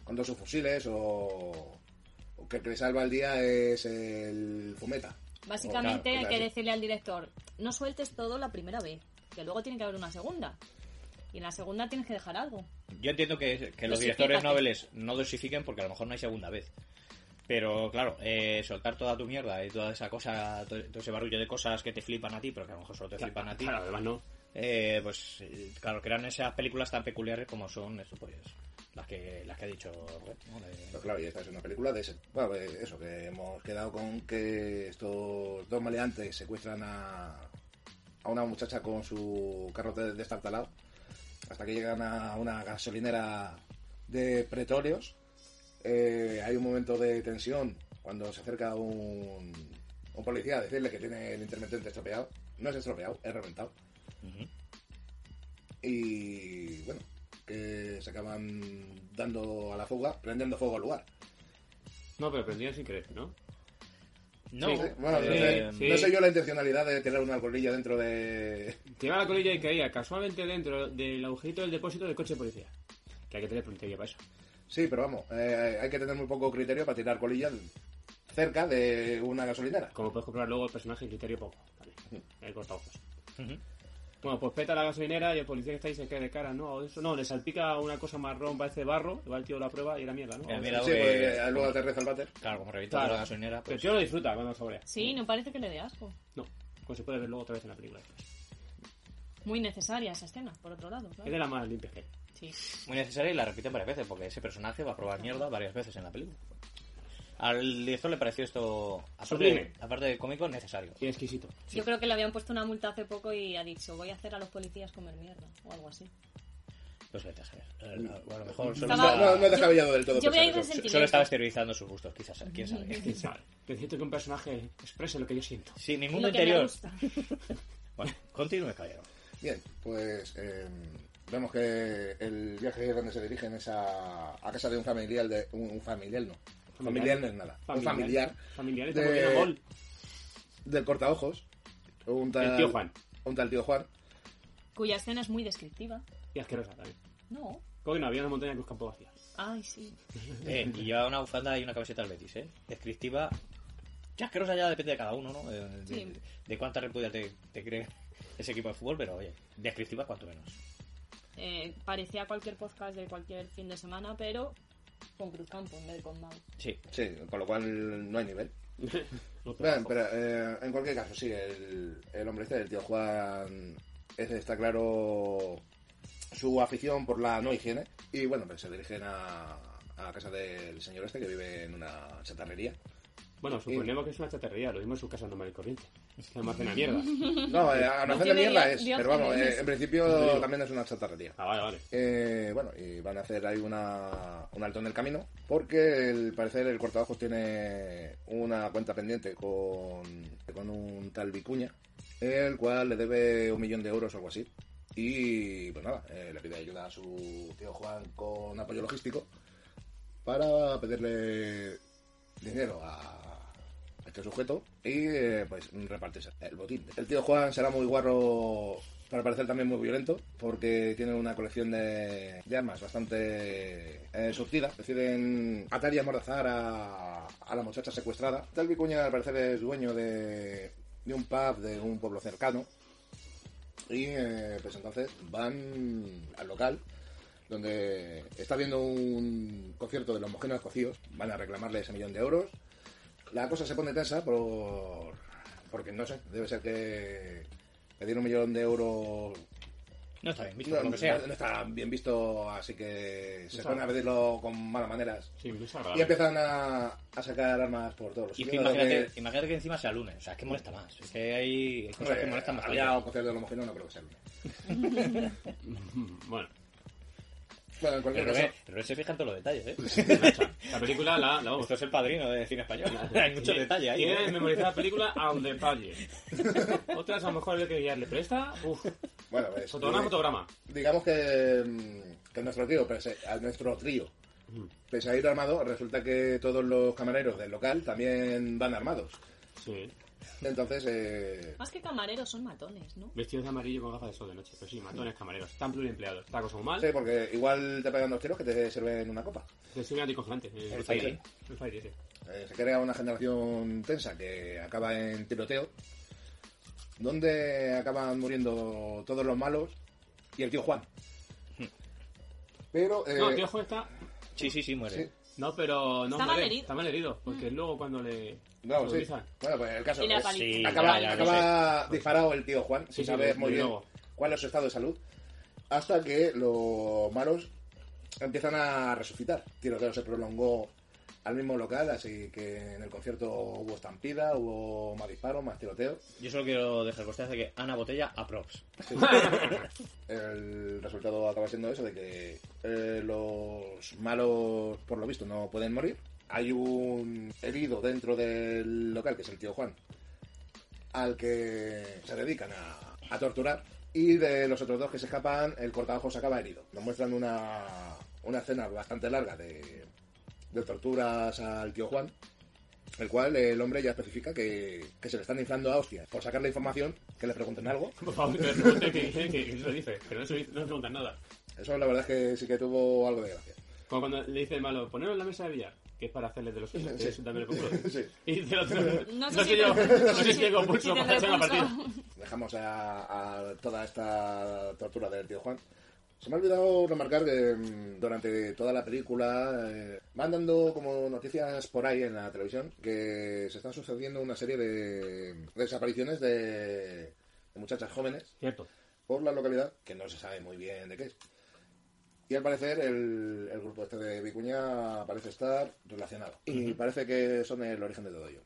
S6: con dos fusiles o. o que el que le salva el día es el fumeta.
S9: Básicamente
S6: Claro,
S9: hay
S6: claro,
S9: que
S6: sí.
S9: decirle al director: no sueltes todo la primera vez, que luego tiene que haber una segunda. Y en la segunda tienes que dejar algo.
S8: Yo entiendo que, que los
S9: Dosifícate.
S8: directores noveles no dosifiquen porque a lo mejor no hay segunda vez. Pero claro, eh, soltar toda tu mierda y toda esa cosa, todo, todo ese barullo de cosas que te flipan a ti, pero que a lo mejor solo te flipan a ti,
S7: Claro, además no.
S8: eh, pues eh, claro, que eran esas películas tan peculiares como son eso, pues, las que, las que ha dicho Red, ¿no? De-
S6: Pero claro, y esta es una película de ese. Bueno, pues eso, que hemos quedado con que estos dos maleantes secuestran a. a una muchacha con su carro de- destartalado. hasta que llegan a una gasolinera de pretorios. Eh, hay un momento de tensión cuando se acerca un, un policía a decirle que tiene el intermitente estropeado. No es estropeado, es reventado. Y bueno, que se acaban dando a la fuga, prendiendo fuego al lugar.
S7: No, pero prendían sin querer, ¿no?
S8: No,
S7: Sí,
S6: Sí, Bueno, no, sé,
S8: eh,
S7: sí.
S6: no sé yo la intencionalidad de tirar una colilla dentro de...
S7: Lleva la colilla y caía casualmente dentro del agujerito del depósito del coche de policía. Que hay que tener puntería para eso.
S6: Sí, pero vamos, eh, hay que tener muy poco criterio para tirar colillas cerca de una gasolinera.
S7: Como puedes comprobar luego, el personaje criterio poco. Vale. He cortado ojos. Bueno, pues peta la gasolinera y el policía que está ahí se cae de cara, ¿no? O eso, no, le salpica una cosa marrón, parece barro, igual el tío la prueba y era mierda, ¿no?
S8: Era
S7: O-
S8: mierda. Claro
S6: sí,
S8: que-
S6: porque eh, luego aterriza el váter.
S8: claro, como reventó
S7: pues, Claro.
S8: la
S6: Ah,
S8: gasolinera,
S7: Pero el
S8: pues,
S7: tío lo disfruta cuando lo saborea.
S9: Sí, no parece que le dé asco.
S7: No, como se puede ver luego otra vez en la película. después.
S9: Muy necesaria esa escena, por otro lado,
S7: Es
S9: claro.
S7: de la más limpia que hay.
S9: Sí.
S8: muy necesaria y la repiten varias veces, porque ese personaje va a probar mierda varias veces en la película. Al director le pareció esto, aparte,
S7: Sublime.
S8: aparte de cómico, necesario.
S7: Y exquisito.
S9: Yo creo que le habían puesto una multa hace poco y ha dicho, voy a hacer a los policías comer mierda o algo así.
S8: Pues vete a saber. O a lo mejor solo,
S6: No,
S9: Estaba-
S6: no, no he
S9: yo-
S6: descabellado del todo.
S9: yo voy a ir
S6: pensar eso.
S9: resentido.
S8: solo estaba exteriorizando sus gustos, quizás, quién sabe.
S7: ¿Quién sabe? Necesito que un personaje exprese lo que yo siento.
S8: Sí, mi
S9: Lo
S8: mundo
S9: que me
S8: interior.
S9: gusta.
S8: Bueno, continúe, caballero.
S6: Bien, pues eh, vemos que el viaje donde se dirigen es a, a casa de un familiar de... Un, un familiar no. Familiar no es nada. Un familiar
S7: Familiar, es
S6: De-
S7: como que era gol.
S6: del cortaojos. Un tal,
S7: El tío Juan.
S6: Un tal tío Juan.
S9: Cuya escena es muy descriptiva.
S7: Y asquerosa también.
S9: No.
S7: Como que no había una montaña cruz campo vacía.
S9: Ay, sí.
S8: Eh, y llevaba una bufanda y una camiseta al Betis, ¿eh? Descriptiva. Ya asquerosa ya depende de cada uno, ¿no? Eh, De,
S9: Sí.
S8: de cuántas repudias te, te cree ese equipo de fútbol, pero oye, descriptiva cuanto menos.
S9: Eh, parecía cualquier podcast de cualquier fin de semana, pero con Cruzcampo en vez de con Mau.
S8: Sí.
S6: Sí, con lo cual no hay nivel.
S7: No te
S6: Bien,
S7: bajo.
S6: pero eh, en cualquier caso, sí, el, el hombre este, el tío Juan, es, está claro su afición por la no higiene. Y bueno, pues se dirigen a, a casa del señor este que vive en una chatarrería.
S7: Bueno, suponemos que es una chatarrería, lo mismo en su casa normal y corriente. Es que almacena mierda.
S6: No, eh, a la
S9: No
S6: de
S9: tiene
S6: mierda
S9: bio-
S6: es,
S9: bio-
S6: pero vamos, eh,
S9: biogenes.
S6: en principio también es una chatarrería.
S7: Ah, vale, vale.
S6: Eh, bueno, y van a hacer ahí una, un alto en el camino, porque al parecer el cortaojos tiene una cuenta pendiente con, con un tal Vicuña, el cual le debe un millón de euros o algo así. Y pues nada, eh, le pide ayuda a su tío Juan con apoyo logístico para pedirle dinero a a este sujeto y eh, pues repartirse el botín. El tío Juan será muy guarro, para parecer también muy violento, porque tiene una colección de, de armas bastante eh, surtida. Deciden atar y amordazar a, a la muchacha secuestrada. Tal Vicuña al parecer es dueño de, de un pub de un pueblo cercano y eh, pues entonces van al local donde está viendo un concierto de los mojenos cocidos. Van a reclamarle ese millón de euros. La cosa se pone tensa por... porque no sé, debe ser que pedir un millón de euros
S8: No está bien, visto,
S6: no,
S8: por lo que sea.
S6: no- no está bien visto, así que se
S7: Está
S6: ponen a
S7: bien.
S6: pedirlo con malas maneras.
S7: Sí, muy
S6: Y
S7: desagradable.
S6: empiezan a, a sacar armas por todos los
S8: Y es que
S6: sitios, lo
S8: imagínate,
S6: que-
S8: imagínate que encima sea lunes, o sea, es que molesta más. Es que hay hay cosas que
S6: Hombre,
S8: molestan más.
S6: eh, Había un concierto de los mojenos, no creo que sea el único.
S7: Mm, Bueno,
S6: Bueno, en cualquier
S8: Pero
S6: caso,
S8: Rubén, Rubén se fija en todos los detalles, ¿eh?
S7: Nacha, la película la, la vamos.
S8: Esto es el padrino de cine español. Hay muchos detalles ahí.
S7: Tiene
S8: ¿eh?
S7: memorizada la película a un detalle. Otras a lo mejor hay que guiarle, pero esta, uff,
S6: bueno, pues,
S7: fotograma,
S6: eh,
S7: fotograma.
S6: digamos que, mm, que nuestro tío, pese- a nuestro trío, pese a ir armado, resulta que todos los camareros del local también van armados.
S7: Sí,
S6: Entonces, eh,
S9: Más que camareros son matones, ¿no?
S7: vestidos de amarillo con gafas de sol de noche. Pero sí, matones, camareros, tan pluriempleados. Tacos o mal,
S6: sí, porque igual te pegan dos tiros que te sirven una copa.
S7: te sirve anticongelante. eh,
S8: El Fairy.
S7: El Fairy, sí.
S6: Eh, se crea una generación tensa que acaba en tiroteo, donde acaban muriendo todos los malos y el tío Juan. Pero, eh,
S7: No, el tío Juan está...
S8: Sí, sí, sí, muere.
S6: sí,
S7: No, pero... No,
S9: Está
S7: muere,
S9: malherido. Mm.
S7: Está mal herido, porque luego cuando le...
S6: no, sí.
S7: utilizan-
S6: Bueno, pues el caso
S9: Y la
S6: es-
S9: paliza.
S8: Sí,
S6: acaba,
S8: ya, ya lo
S6: acaba disparado el tío Juan,
S7: Sí,
S6: sin
S7: sí,
S6: saber
S7: desde
S6: muy bien
S7: luego.
S6: cuál es su estado de salud, hasta que los malos empiezan a resucitar. Tiroteo se prolongó al mismo local, así que en el concierto hubo estampida, hubo más disparos, más tiroteo.
S8: Yo solo quiero dejar constancia de que Ana Botella a props.
S6: Sí. el resultado acaba siendo eso, de que eh, los malos, por lo visto, no pueden morir. Hay un herido dentro del local, que es el tío Juan, al que se dedican a, a torturar. Y de los otros dos que se escapan, el cortaojos acaba herido. Nos muestran una, una escena bastante larga de, de torturas al tío Juan. El cual eh, el hombre ya especifica que, que se le están inflando a hostias por sacar la información, que le pregunten algo.
S7: Por favor, que me pregunten que, que, que eso dice, pero no, se- no me preguntan nada.
S6: Eso la verdad es que sí que tuvo algo de gracia.
S7: Como cuando le dice el malo, ponerlo en la mesa de billar, que es para hacerle de los que
S6: Sí.
S7: es también el concurso.
S6: Sí.
S7: Y dice el otro, no,
S9: No sé
S7: sé
S9: si-
S7: yo, no sé si
S9: sí,
S7: tengo
S9: sí
S7: mucho para
S9: tendré
S7: echar la
S9: pulso.
S7: partida.
S6: Dejamos a, a toda esta tortura del tío Juan. Se me ha olvidado remarcar que mm, durante toda la película eh, van dando como noticias por ahí en la televisión que se están sucediendo una serie de desapariciones de, de muchachas jóvenes
S7: Cierto.
S6: por la localidad que no se sabe muy bien de qué es. Y al parecer el, el grupo este de Vicuña parece estar relacionado. Y parece que son el origen de todo ello.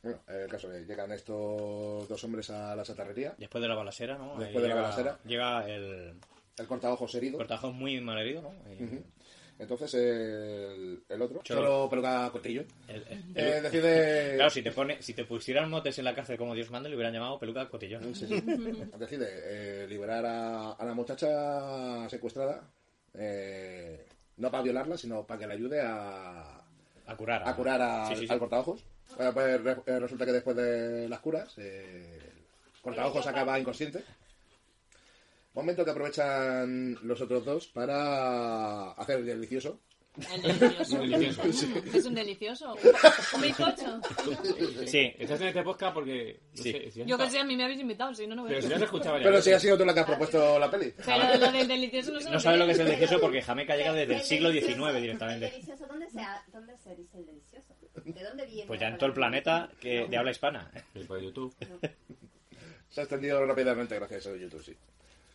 S6: Bueno, el caso es que llegan estos dos hombres a la chatarrería.
S8: Después de la balacera, ¿no?
S6: Después
S8: Ahí
S6: de la
S8: llega-
S6: balacera.
S8: Llega el
S6: El cortaojos herido.
S8: cortajo muy mal herido, ¿no? Y
S6: Entonces el, el otro,
S8: Cholo.
S6: Cholo Peluca Cotillo,
S8: el- el-
S6: eh, decide...
S8: Claro, si te, pone, si te pusieran motes en la cárcel como Dios manda, le hubieran llamado peluca cotillón.
S6: Sí, sí. Decide eh, liberar a, a la muchacha secuestrada, eh, no para violarla, sino para que le ayude a,
S8: A curar.
S6: a curar a-
S8: Sí, sí, sí.
S6: al cortaojos. Eh, pues, re- eh, resulta que después de las curas, eh, el cortaojos acaba inconsciente. Momento que aprovechan los otros dos para hacer el delicioso.
S9: El delicioso.
S7: Delicioso.
S9: Es un delicioso. Un bizcocho.
S8: Sí.
S7: Estás en este podcast porque, no
S8: Sí.
S7: sé, si has
S9: Yo que
S7: estado-
S9: sé, a mí me habéis invitado, si no, no
S7: Pero
S9: veis.
S7: si lo has escuchado varias
S6: Pero si ha
S7: veces.
S6: sido tú la que has propuesto la peli.
S9: Pero lo del delicioso no se
S8: No sabe lo que es el delicioso porque Jameca llega desde el siglo XIX
S10: ¿El
S8: directamente.
S10: delicioso dónde se, ha- dónde se dice el delicioso? ¿De dónde viene?
S8: Pues ya
S10: la
S8: en todo el
S10: palabra?
S8: planeta que de habla hispana.
S7: Sí, por YouTube.
S6: Se ha extendido rápidamente gracias a YouTube, sí.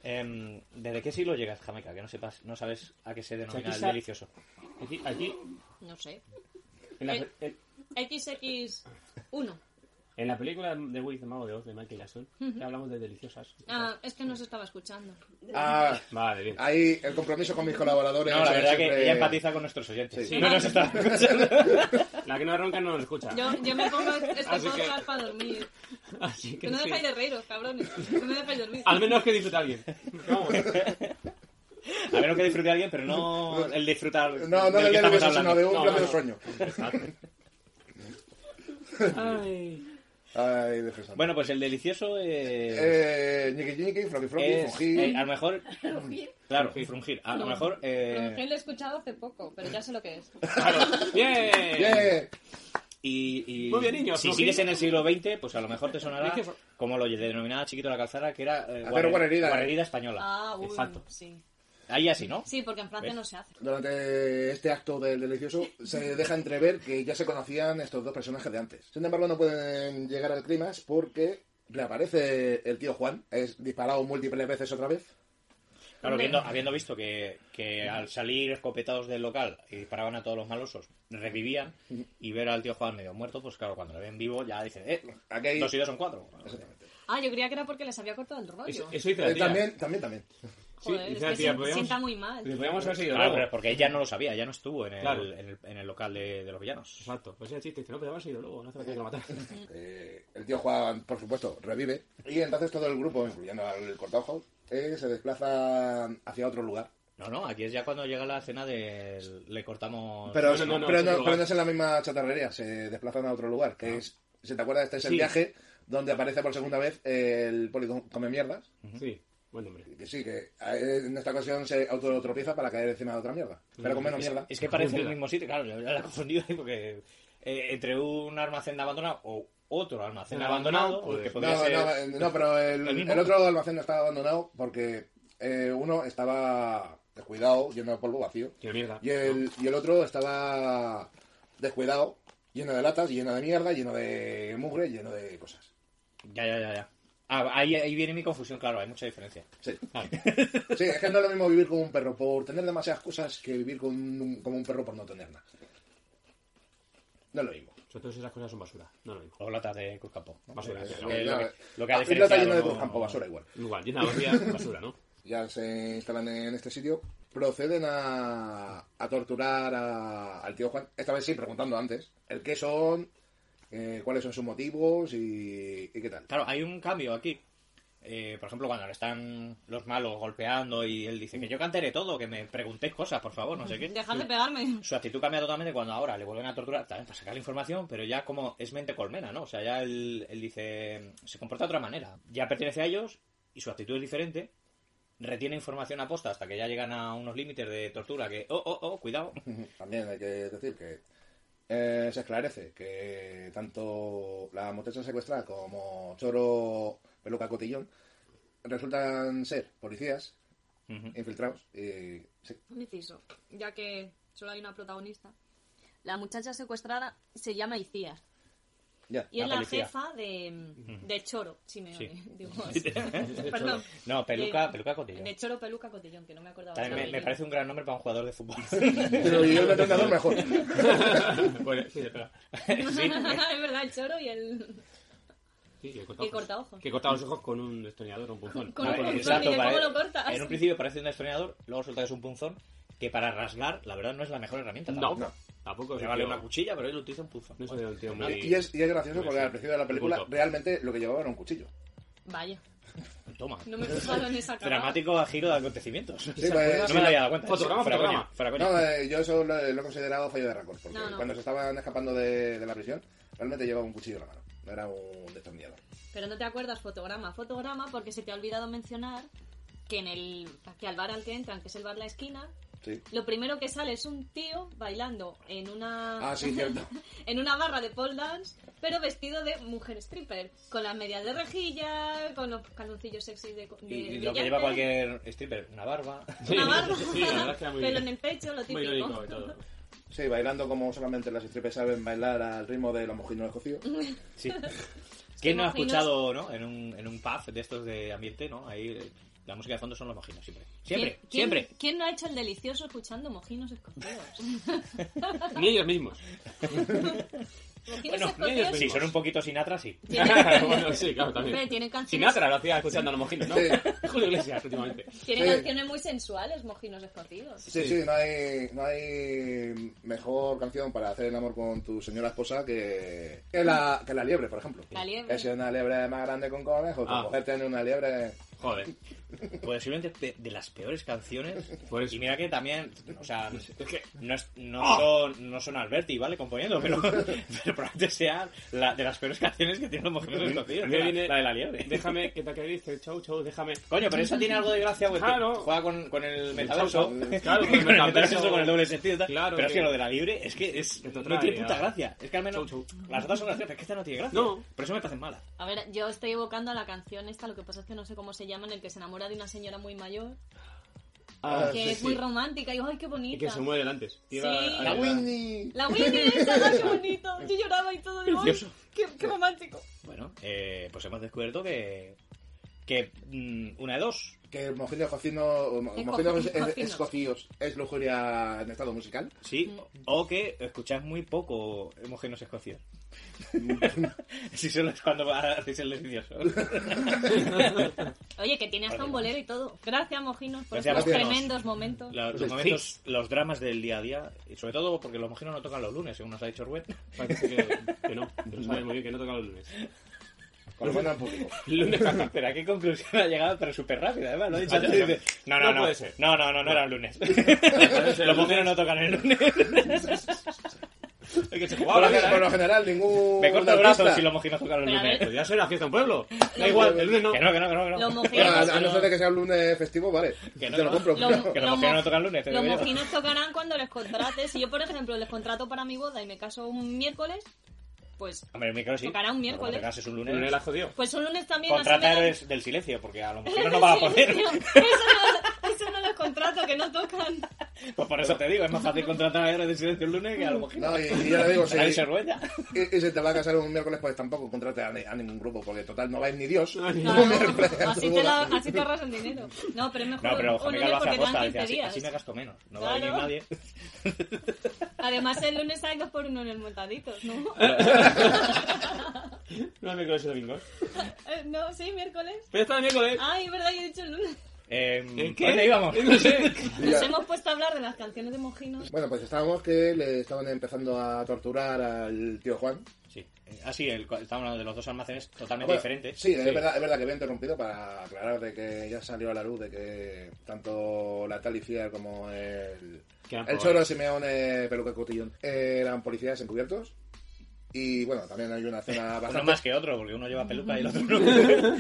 S8: Em, ¿Desde qué siglo llegas, Jameca? Que no sepas, no sabes a qué se denomina
S7: aquí
S8: el
S7: sa-
S8: delicioso.
S7: Aquí, aquí
S9: No sé.
S7: en, la,
S9: Eh.
S7: en-
S9: XX1.
S7: en la película de Wiz de Mago de Oz de Michael Jackson, que hablamos de deliciosas.
S9: Ah, es que no se estaba escuchando.
S6: Ah,
S7: Vale, bien.
S6: ahí el compromiso con mis colaboradores.
S8: No, la
S6: eh,
S8: verdad que
S6: siempre-
S8: ella empatiza con nuestros oyentes.
S7: Sí.
S8: No nos está escuchando.
S7: La que no ronca no nos escucha.
S9: Yo, yo me pongo este
S7: Así que-
S9: podcast para dormir.
S7: Así
S9: Que
S7: que
S9: no
S7: sí.
S9: dejáis de reíros, cabrones. Que no dejáis dormir.
S7: Al menos que disfruta bien. Vamos.
S8: A menos que disfrute alguien, pero no el disfrutar
S6: No, no
S8: del
S6: del
S8: que estamos
S6: delicioso, sino
S8: hablando.
S6: de un
S7: No,
S6: plan
S7: no,
S6: de
S7: no.
S6: sueño.
S7: Ay.
S6: Ay, de Jesús.
S8: Bueno, pues el delicioso eh,
S6: eh, Ñiqui Ñiqui, Froqui Froqui,
S8: es...
S6: Fuji.
S8: eh, a lo mejor... Claro, frungir. A lo
S9: No.
S8: mejor... eh,
S9: Pero que lo he escuchado hace poco, pero ya sé lo que es.
S7: Claro. Bien.
S6: Bien.
S8: Y, y-
S7: Muy bien, niños,
S8: si
S7: ¿no?
S8: sigues en el siglo XX, pues a lo mejor te sonará
S7: Es que-
S8: como lo denominaba Chiquito la Calzada, que era eh,
S6: Hacer guarrerida,
S8: guarrerida española.
S9: Ah, uy,
S7: Exacto.
S9: sí.
S8: Ahí así, ¿no?
S9: Sí, porque en Francia
S8: ¿Ves?
S9: no se hace.
S6: Durante este acto del delicioso se deja entrever que ya se conocían estos dos personajes de antes. Sin embargo, no pueden llegar al clima porque reaparece el tío Juan. Es disparado múltiples veces otra vez.
S8: Claro,
S9: Hombre.
S8: viendo- habiendo visto que, que al salir escopetados del local y disparaban a todos los malosos, revivían y ver al tío Juan medio muerto, pues claro, cuando le ven vivo ya dicen, eh,
S6: Aquí hay-
S8: dos y dos son cuatro.
S6: Exactamente.
S9: Ah, yo creía que era porque les había cortado el rollo.
S7: Eso, eso dice la
S6: Eh,
S7: tía.
S6: también, también, también.
S9: Joder,
S7: sí,
S9: es
S7: dice la
S9: que
S7: tía.
S9: se-
S7: podríamos-
S9: sienta muy mal.
S7: le podríamos haber seguido
S8: Claro,
S7: luego.
S8: pues, pero porque ella no lo sabía, ya no estuvo en el,
S7: Claro.
S8: en el, en el local de, de los villanos.
S7: Exacto. Pues ese chiste dice, no, pero hemos ido luego, no hace falta que lo matar.
S6: Eh, el tío Juan, por supuesto, revive. Y entonces todo el grupo, incluyendo al cortaojo, eh, se desplaza hacia otro lugar.
S8: No, no, aquí es ya cuando llega la escena de le cortamos...
S6: Pero,
S7: Ah, No, no, no,
S6: pero,
S7: no,
S6: no,
S7: otro
S6: pero
S7: lugar. Ah.
S6: no es en la misma chatarrería, se desplazan a otro lugar. Que es, si te acuerdas, este es el
S7: Sí.
S6: viaje donde aparece por segunda vez el poli come mierdas.
S7: Sí, buen nombre.
S6: Que sí, que eh, en esta ocasión se autotropieza para caer encima de otra mierda. Pero con menos
S8: Es-
S6: mierda.
S8: Es que parece el
S7: Mierda.
S8: mismo sitio, claro, yo ya la he confundido ahí porque eh, entre un almacén abandonado o otro almacén
S7: Un
S8: abandonado,
S7: abandonado,
S8: que
S7: joder.
S6: No,
S8: podría ser...
S6: no, eh, no, pero el,
S8: el mismo.
S6: el otro almacén no estaba abandonado porque eh, uno estaba descuidado, lleno de polvo vacío.
S7: Qué mierda.
S6: Y el, y el otro estaba descuidado, lleno de latas, lleno de mierda, lleno de mugre, lleno de cosas.
S8: Ya, ya, ya, ya. Ah, ahí, ahí viene mi confusión, claro, hay mucha diferencia.
S6: Sí.
S8: Ah.
S7: Vale.
S6: Sí, es que no es lo mismo vivir con un perro por tener demasiadas cosas que vivir con un, como un perro por no tener nada. No es lo mismo.
S7: Nosotros esas cosas son basura. No es lo mismo.
S8: O latas de Cruzcampo.
S7: Basura.
S6: Eh,
S7: claro.
S6: lo
S8: que-
S6: ya-
S8: lo que- lo que ha
S6: Ah, y lata
S8: diferenciado,
S6: llena de
S8: ¿no?
S6: Cruzcampo, basura igual.
S7: Igual, llena de vacía, basura, ¿no?
S6: Ya se instalan en este sitio. Proceden a, a torturar a- al tío Juan. Esta vez sí, preguntando antes. El qué son, eh, cuáles son sus motivos y, y qué tal.
S8: Claro, hay un cambio aquí. Eh, por ejemplo, cuando le están los malos golpeando y él dice que yo cantaré todo, que me preguntéis cosas, por favor, no sé qué.
S9: Dejad de pegarme.
S8: Su actitud cambia totalmente cuando ahora le vuelven a torturar, también para sacar la información, pero ya como es mente colmena, ¿no? O sea, ya él, él dice, se comporta de otra manera. Ya pertenece a ellos y su actitud es diferente. Retiene información a posta hasta que ya llegan a unos límites de tortura que, oh, oh, oh, cuidado.
S6: También hay que decir que eh, se esclarece que tanto la muchacha secuestrada como Choro Peluca Cotillón resultan ser policías
S8: Ujú.
S6: infiltrados. Y, sí,
S9: Un inciso, ya que solo hay una protagonista. La muchacha secuestrada se llama Icías
S6: ya.
S9: y es la
S8: La policía.
S9: jefa de, de Choro, Simeone.
S8: Sí. ¿eh?
S9: Digo, perdón. Eh,
S8: No, peluca,
S9: De-
S8: peluca cotillón.
S9: De Choro Peluca Cotillón, que no me acordaba.
S8: También me,
S9: del
S8: me
S9: apellido.
S8: parece un gran nombre para un jugador de fútbol.
S6: Pero yo el entrenador mejor.
S7: bueno, Pues, sí, se pega.
S8: Sí.
S9: es verdad, el Choro y el...
S7: Sí, que he
S9: Y corta ojos.
S7: Que he cortado los ojos con un destornillador o un punzón.
S9: Con
S7: No,
S9: un
S7: lo que
S9: punzón.
S7: sea.
S9: Exacto. ¿y cómo
S8: parece-
S9: lo cortas?
S8: En un principio parece un destornillador, luego resulta que es un punzón, que para rasgar, la verdad, no es la mejor herramienta.
S7: No,
S8: tampoco.
S7: no. Tampoco
S8: Le
S7: se
S8: vale una cuchilla, pero él utiliza un punzón.
S7: Pues No soy un tío
S6: Y,
S7: muy...
S6: y es, y es gracioso porque al principio de la película
S7: Punto.
S6: realmente lo que llevaba era un cuchillo.
S9: Vaya,
S8: Toma.
S9: no me he fijado en esa cara.
S8: Dramático giro de acontecimientos.
S6: Sí, pues,
S8: No me lo había dado cuenta.
S7: Fotograma,
S8: Fuera
S7: fotograma.
S8: coña, fuera coña.
S6: No, eh, yo eso lo, lo he considerado fallo de récord, porque
S9: No, no.
S6: cuando se estaban escapando de, de la prisión, realmente llevaba un cuchillo en la mano, no era un destornillador.
S9: Pero no te acuerdas fotograma, fotograma, porque se te ha olvidado mencionar que en el que al bar al que entran, que es el bar La Esquina,
S6: Sí.
S9: lo primero que sale es un tío bailando en una
S6: Ah, sí, cierto.
S9: en una barra de pole dance, pero vestido de mujer stripper, con las medias de rejilla, con los calzoncillos sexy de, de
S8: Y- y lo que
S9: eh, brillante,
S8: lleva cualquier stripper, una barba.
S7: Sí,
S9: una barba,
S7: sí, la verdad es que era muy,
S9: pelo en el pecho, lo
S7: muy
S9: típico.
S7: irónico y todo.
S6: Sí, bailando como solamente las estripes saben bailar al ritmo de los mojinos escocidos.
S8: Sí. ¿Quién no ha
S9: mojinos.
S8: escuchado, no? En un, en un pub de estos de ambiente, ¿no? Ahí eh, la música de fondo son los mojinos, siempre. Siempre,
S9: ¿Quién- quién-
S8: siempre.
S9: ¿Quién no ha hecho el delicioso escuchando mojinos escoceos?
S7: Ni ellos mismos.
S9: mojinos
S8: Bueno,
S9: escoceos.
S8: si son un poquito Sinatra, sí.
S7: bueno, sí, claro,
S9: Hombre,
S7: también.
S9: tienen canciones
S7: Sinatra lo hacía escuchando a los mojinos, ¿no?
S6: Sí.
S7: Julio Iglesias, últimamente.
S9: Tiene
S6: Sí.
S9: canciones muy sensuales, mojinos escotidos.
S6: Sí, sí, no, hay, no hay mejor canción para hacer el amor con tu señora esposa que, que, la, que la liebre, por ejemplo.
S9: La liebre.
S6: Que si una liebre más grande con conejo,
S7: Ah.
S6: tu mujer tiene una liebre...
S7: Joder.
S8: Posiblemente Pues de, de las peores canciones.
S7: Por eso.
S8: Y mira que también, o sea, no, es- no, son, no son Alberti, ¿vale? Componiendo, pero, pero probablemente sea la, de las peores canciones que tienen los mojinos escoceses,
S7: Me
S8: la-
S7: viene-
S8: la de la liebre.
S7: Déjame que te que dice, chau, chau, déjame.
S8: Coño, pero eso tiene algo de gracia, güey. que
S7: Claro.
S8: Juega con, con el metaverso.
S7: chau, chau. Claro,
S8: con el metaverso, con el doble sentido. y tal.
S7: Claro,
S8: pero es que
S7: que-
S8: lo de la libre es que es,
S7: Que te
S8: no
S7: trae,
S8: tiene puta
S7: ya.
S8: gracia. Es que al menos
S7: Chau, chau.
S8: las otras son graciosas, pero es que esta no tiene gracia.
S7: No.
S8: Por eso me parecen malas.
S9: A ver, yo estoy evocando a la canción esta, lo que pasa es que no sé cómo se llama, en el que se enamora de una señora muy mayor,
S6: Ah,
S9: que
S6: sí,
S9: es
S6: sí.
S9: muy romántica, y digo, ay, qué
S7: Y
S9: bonita.
S7: que se muere antes.
S9: Sí.
S6: La Winnie...
S9: La Winnie esa, ay, qué bonito. Yo lloraba y todo, digo, ay,
S8: Precioso.
S9: qué, qué romántico.
S8: Bueno, eh, pues hemos descubierto que. que mm, una de dos.
S6: Que el mojino escocino,
S9: Esco-
S6: mojinos es-
S9: escocinos.
S6: escocidos es lujuria en estado musical.
S8: Sí, o que escucháis muy poco Hemógenos Escocia. si solo es cuando hacéis el delicioso.
S9: Oye, que tiene hasta un bolero y todo. Gracias, mojinos, por
S8: Gracias,
S9: estos
S6: mojinos.
S9: tremendos momentos.
S8: La- los
S6: Los
S8: momentos, los dramas del día a día, y sobre todo porque los mojinos no tocan los lunes, según nos ha dicho Rubén.
S7: Parece que, que no, que no sabe muy bien, que no toca los lunes.
S6: Con lo menos en público.
S8: Lunes, pero a qué conclusión ha llegado, pero súper rápido, además, lo ha dicho antes.
S7: no.
S8: dice, Ah, No, no,
S7: No
S8: no,
S7: puede ser.
S8: no, no, no, no era el lunes.
S7: ser
S8: Los
S7: el
S8: mojinos no tocan el lunes.
S7: Hay que se
S6: Por
S7: jugaba
S6: lo,
S7: la
S6: gen- por
S7: vida,
S6: lo general, ningún.
S8: ¿eh? Me corto el brazo
S6: artista-
S8: si los mojinos tocan los
S9: Pero a
S8: lunes.
S9: ver.
S7: Pues ya será fiesta en pueblo. Da igual, el lunes no.
S8: Que no, que no, que no. que no.
S9: Los
S6: Bueno,
S9: mojinos.
S6: a, a no ser de que sea un lunes festivo, vale.
S8: Que no,
S6: Te lo
S8: que no.
S6: compro.
S9: Los,
S6: pero-
S8: Que los
S9: los
S8: mojinos
S9: mo-
S8: no tocan lunes, te
S9: los
S8: lo digo.
S9: mojinos tocarán cuando les contrates. Si yo, por ejemplo, les contrato para mi boda y me caso un miércoles, pues
S8: Hombre, el micro sí.
S9: Tocará un
S8: Pero
S9: miércoles.
S8: cuando tocas es un
S7: El lunes la
S8: lunes.
S7: has jodido.
S9: Pues un lunes también así me
S8: Contratar
S9: dan-
S8: es del silencio, porque a los mojinos no va a poder.
S9: Eso no, eso no los contrato, que no tocan.
S8: Pues por eso te digo, es más fácil contratar a Héroes del Silencio el lunes que a lo mejor.
S6: No, y, y ya le digo, si,
S8: Trae Cerveza.
S6: y- y si te va a casar un miércoles, pues tampoco contrate a, ni- a ningún grupo, porque total no vais ni Dios.
S9: Claro,
S6: Un miércoles a
S9: así,
S6: tu
S9: te la-
S6: boda.
S9: así te ahorras el dinero. No, pero es mejor
S8: No, pero
S9: un
S8: Jamaica
S9: lunes
S8: lo hace
S9: porque
S8: a
S9: te
S8: posta,
S9: dan
S8: dice,
S9: 15
S8: así,
S9: días.
S8: así me gasto menos. No va a venir
S9: Claro.
S8: nadie.
S9: Además, el lunes hay dos por uno en el montaditos, ¿no?
S7: No, miércoles y domingos.
S9: Eh, no, sí, miércoles.
S7: Pero está el miércoles.
S9: Ay, es verdad, yo he dicho el lunes.
S8: Eh,
S7: ¿En qué?
S8: ¿Dónde íbamos?
S7: No sé.
S9: Nos hemos puesto a hablar de las canciones de Mojino.
S6: Bueno, pues estábamos que le estaban empezando a torturar al tío Juan.
S8: Sí. Ah, sí, el- estamos hablando de los dos almacenes totalmente
S6: Bueno,
S8: diferentes.
S6: Sí, Es, verdad, es verdad que había interrumpido para aclarar de que ya salió a la luz de que tanto la tal Iciar como el,
S7: Que eran
S6: el
S7: por-
S6: Choro Simeone Peluca Cotillón eran policías encubiertos. Y bueno, también hay una escena
S8: Uno
S6: bastante.
S8: más que otro, porque uno lleva peluca y el otro no.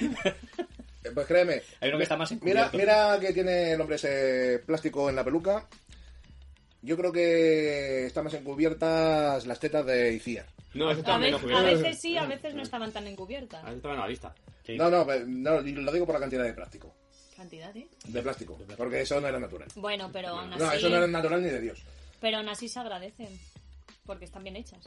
S6: Eh, Pues créeme.
S8: Hay uno que está más
S6: Mira,
S8: encubierto.
S6: mira que tiene el hombre ese plástico en la peluca. Yo creo que están más encubiertas las tetas de Iciar.
S7: No, eso
S9: A,
S7: está menos
S9: ve- a
S7: cubierto.
S9: veces sí, a veces no estaban tan encubiertas.
S8: Ah.
S7: Ahí estaba en la lista.
S8: Sí.
S6: No, no, pero- no, lo digo por la cantidad de plástico.
S9: Cantidad, ¿eh?
S6: De plástico. Porque eso no era natural.
S9: Bueno, pero
S8: Ah,
S9: aún así,
S6: No, eso no era natural ni de Dios.
S9: pero aún así se agradecen. Porque están bien hechas.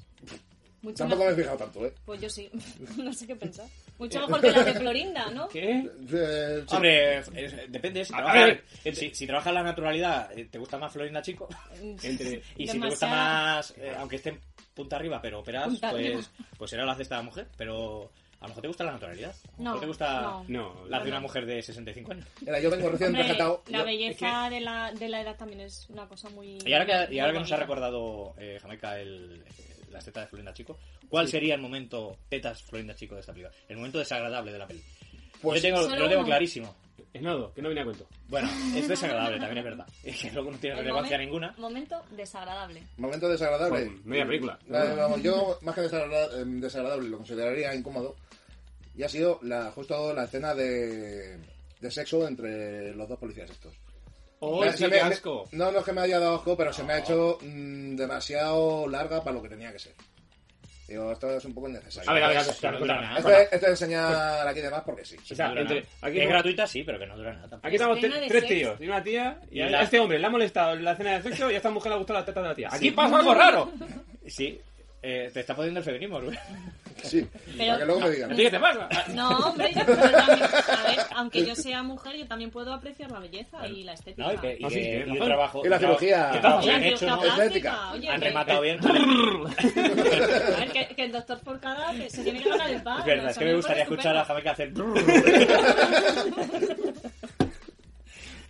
S9: Mucho
S6: Tampoco me he
S9: mejor-
S6: fijado tanto, ¿eh?
S9: Pues yo sí. no sé qué pensar.
S8: Eh.
S9: Mucho mejor que las de Florinda, ¿no?
S7: ¿Qué?
S6: Eh, sí.
S8: Hombre, es- depende. Si
S7: A
S8: trabajas,
S7: ver.
S8: si, si trabajas la naturalidad, eh, ¿te gusta más Florinda Chico?
S7: Entre-
S8: Y si te gusta
S9: Demasiado.
S8: más, eh, aunque estén punta arriba, pero operas,
S9: Punta arriba.
S8: pues, pues será la de esta mujer. Pero a lo mejor te gusta la naturalidad. A lo
S9: No,
S8: mejor te gusta
S9: no.
S7: No,
S8: la de una mujer de 65 años.
S6: Mira, yo vengo recién
S9: Hombre,
S6: rescatado.
S9: la
S6: yo-
S9: belleza de, la, de la edad también es una cosa muy.
S8: Y ahora que, y ahora que
S9: muy
S8: nos
S9: bonita.
S8: ha recordado eh, Jamaica el, el- las tetas de Florinda Chico, ¿cuál sería el momento tetas Florinda Chico de esta película? El momento desagradable de la peli.
S6: Pues-
S8: yo tengo,
S9: Solo
S8: lo tengo
S9: uno.
S8: clarísimo.
S7: Es nodo, que no viene a cuento.
S8: Bueno, es desagradable, también es verdad. Es que luego no tiene
S9: El
S8: relevancia
S9: momen-
S8: ninguna.
S9: Momento desagradable.
S6: Momento desagradable.
S7: Pues, media película.
S6: La- vamos, yo, más que desagra- eh, desagradable, lo consideraría incómodo. Y ha sido la, justo la escena de, de sexo entre los dos policías estos.
S7: ¡Oh,
S6: Me-
S7: sí,
S6: se
S7: qué
S6: me- me-
S7: asco!
S6: no, no es que me haya dado asco, pero se me ha hecho mm, demasiado larga para lo que tenía que ser. Digo, esto es un poco innecesario.
S7: A ver, a ver, a ver.
S8: Esto no dura nada.
S6: Esto es, esto es enseñar aquí demás porque sí.
S7: O sea,
S8: No dura
S7: entre-
S8: nada.
S7: aquí
S8: es
S7: no-
S8: gratuita, sí, pero que no dura nada tampoco.
S7: Aquí estamos
S9: Escena
S7: tre-
S9: de
S7: tres
S9: sexo.
S7: tíos y una tía. Y
S8: Y
S7: a
S8: la-
S7: este hombre le ha molestado la cena de sexo y a esta mujer le ha gustado la teta de la tía. Aquí
S8: Sí.
S7: pasa algo raro.
S8: Sí, eh, te está poniendo el feminismo, Rubén.
S6: Sí,
S9: Pero-
S6: para que luego me digan.
S7: ¿A ti qué te pasa?
S9: No, hombre, yo, pero también- a ver, aunque yo sea mujer, yo también puedo apreciar la belleza y la estética.
S8: No, y que, y
S7: Ah, sí,
S8: que-
S7: tienes
S8: y
S7: razón.
S8: un trabajo.
S6: Y la
S8: un trabajo-
S6: cirugía.
S8: un trabajo
S9: Y
S8: que
S9: la
S8: han hecho,
S9: cirugía
S8: ¿no?
S9: plástica,
S6: Estética.
S9: oye,
S8: Han
S9: que-
S8: rematado bien.
S9: A ver, que, que el doctor Forcada que se tiene que ganar el pan.
S8: Es verdad, es que me gustaría escuchar a Jamaica hacer.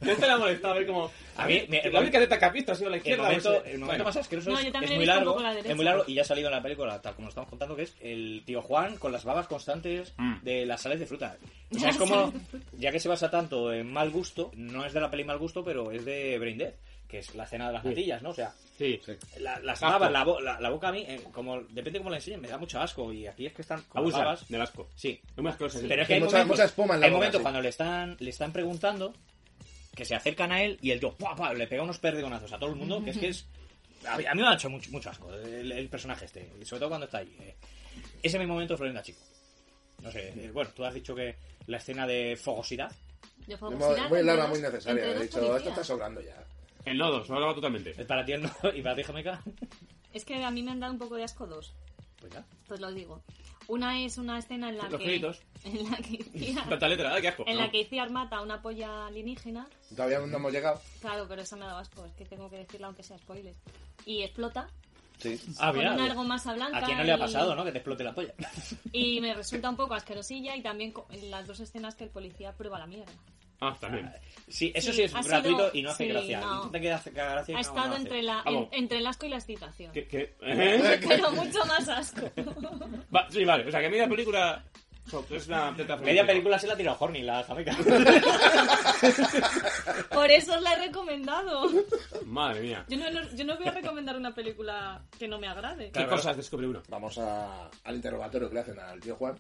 S7: Este le ha molestado, a ver cómo.
S8: A mí, me-
S7: la única teta que ha visto ha sido la
S8: El
S7: izquierda.
S8: momento,
S7: pues,
S8: el momento
S7: bueno.
S8: más asqueroso
S9: No,
S8: es,
S9: yo también
S8: es
S9: he
S8: muy
S9: visto un
S8: largo,
S9: poco la derecha.
S8: es muy largo y ya ha salido en la película, tal como estamos contando, que es el tío Juan con las babas constantes
S6: Mm.
S8: de las sales de fruta. O sea, es como, ya que se basa tanto en mal gusto, no es de la peli mal gusto, pero es de Brain Dead, que es la cena de las natillas, ¿no? O sea,
S7: Sí.
S8: la- las
S7: Asco.
S8: babas, la, bo- la- la boca a mí, eh, como, depende cómo la enseñen, me da mucho asco y aquí es que están con las
S7: Abusa
S8: babas.
S7: del asco.
S8: Sí,
S7: Es muy asqueroso.
S8: pero es
S6: que
S8: que hay
S6: mucha-
S8: momentos,
S6: mucha espuma en la
S8: hay
S6: boca,
S8: momentos
S6: sí.
S8: cuando le están, le están preguntando que se acercan a él y el tío ¡pua, pua! le pega unos perdigonazos a todo el mundo, que es que es... A mí, a mí me ha hecho mucho, mucho asco el, el personaje este, y sobre todo cuando está ahí. eh. Ese mismo momento Florinda Chico. No sé, eh, bueno, tú has dicho que la escena de fogosidad.
S9: Yo puedo
S6: Muy,
S9: fusilar
S6: muy
S9: entre
S6: larga,
S9: dos-
S6: muy necesaria.
S9: entre
S6: He
S9: dos
S6: dicho,
S9: policías.
S6: esto está sobrando ya.
S7: El nodo, se lo ha acabado totalmente.
S8: Es para ti el no, y para ti Jamaica.
S9: Es que a mí me han dado un poco de asco dos.
S8: Pues ya.
S9: Pues lo digo. Una es una escena en la
S7: Los
S9: que.
S7: créditos.
S9: En la que Iciar-
S7: Tanta letra, ¡ay, qué asco!
S9: en
S7: No.
S9: la que Iciar mata a una polla alienígena.
S6: Todavía no hemos llegado.
S9: Claro, pero eso me ha dado asco. Es que tengo que decirlo aunque sea spoiler. Y explota.
S6: Sí.
S8: Ah,
S9: con
S8: mira,
S9: una
S8: a-
S9: argomasa blanca.
S8: A quien no le ha
S9: y-
S8: pasado, ¿no? Que te explote la polla.
S9: Y me resulta un poco asquerosilla y también co- las dos escenas que el policía prueba la mierda.
S7: Ah, también.
S8: Sí, eso
S9: Sí,
S8: sí, es
S9: ha sido-
S8: gratuito y no hace
S9: sí,
S8: gracia.
S9: no.
S8: Intenta que hace- que haga gracia y
S9: ha
S8: no- no
S9: estado
S8: hace.
S9: entre, la, en-
S7: Vamos.
S9: entre el asco y la excitación.
S7: ¿Qué, qué?
S9: Pero mucho más asco.
S7: ¿Eh? Va, sí, vale. O sea, que media película... so- Es una teta
S8: Media
S7: fantástica.
S8: película se la ha tirado Horny, la Jamaica.
S9: Por eso os la he recomendado.
S7: Madre mía.
S9: Yo no, lo- yo no voy a recomendar una película que no me agrade.
S7: ¿Qué cosas descubre uno?
S6: Vamos a- al interrogatorio que le hacen al tío Juan,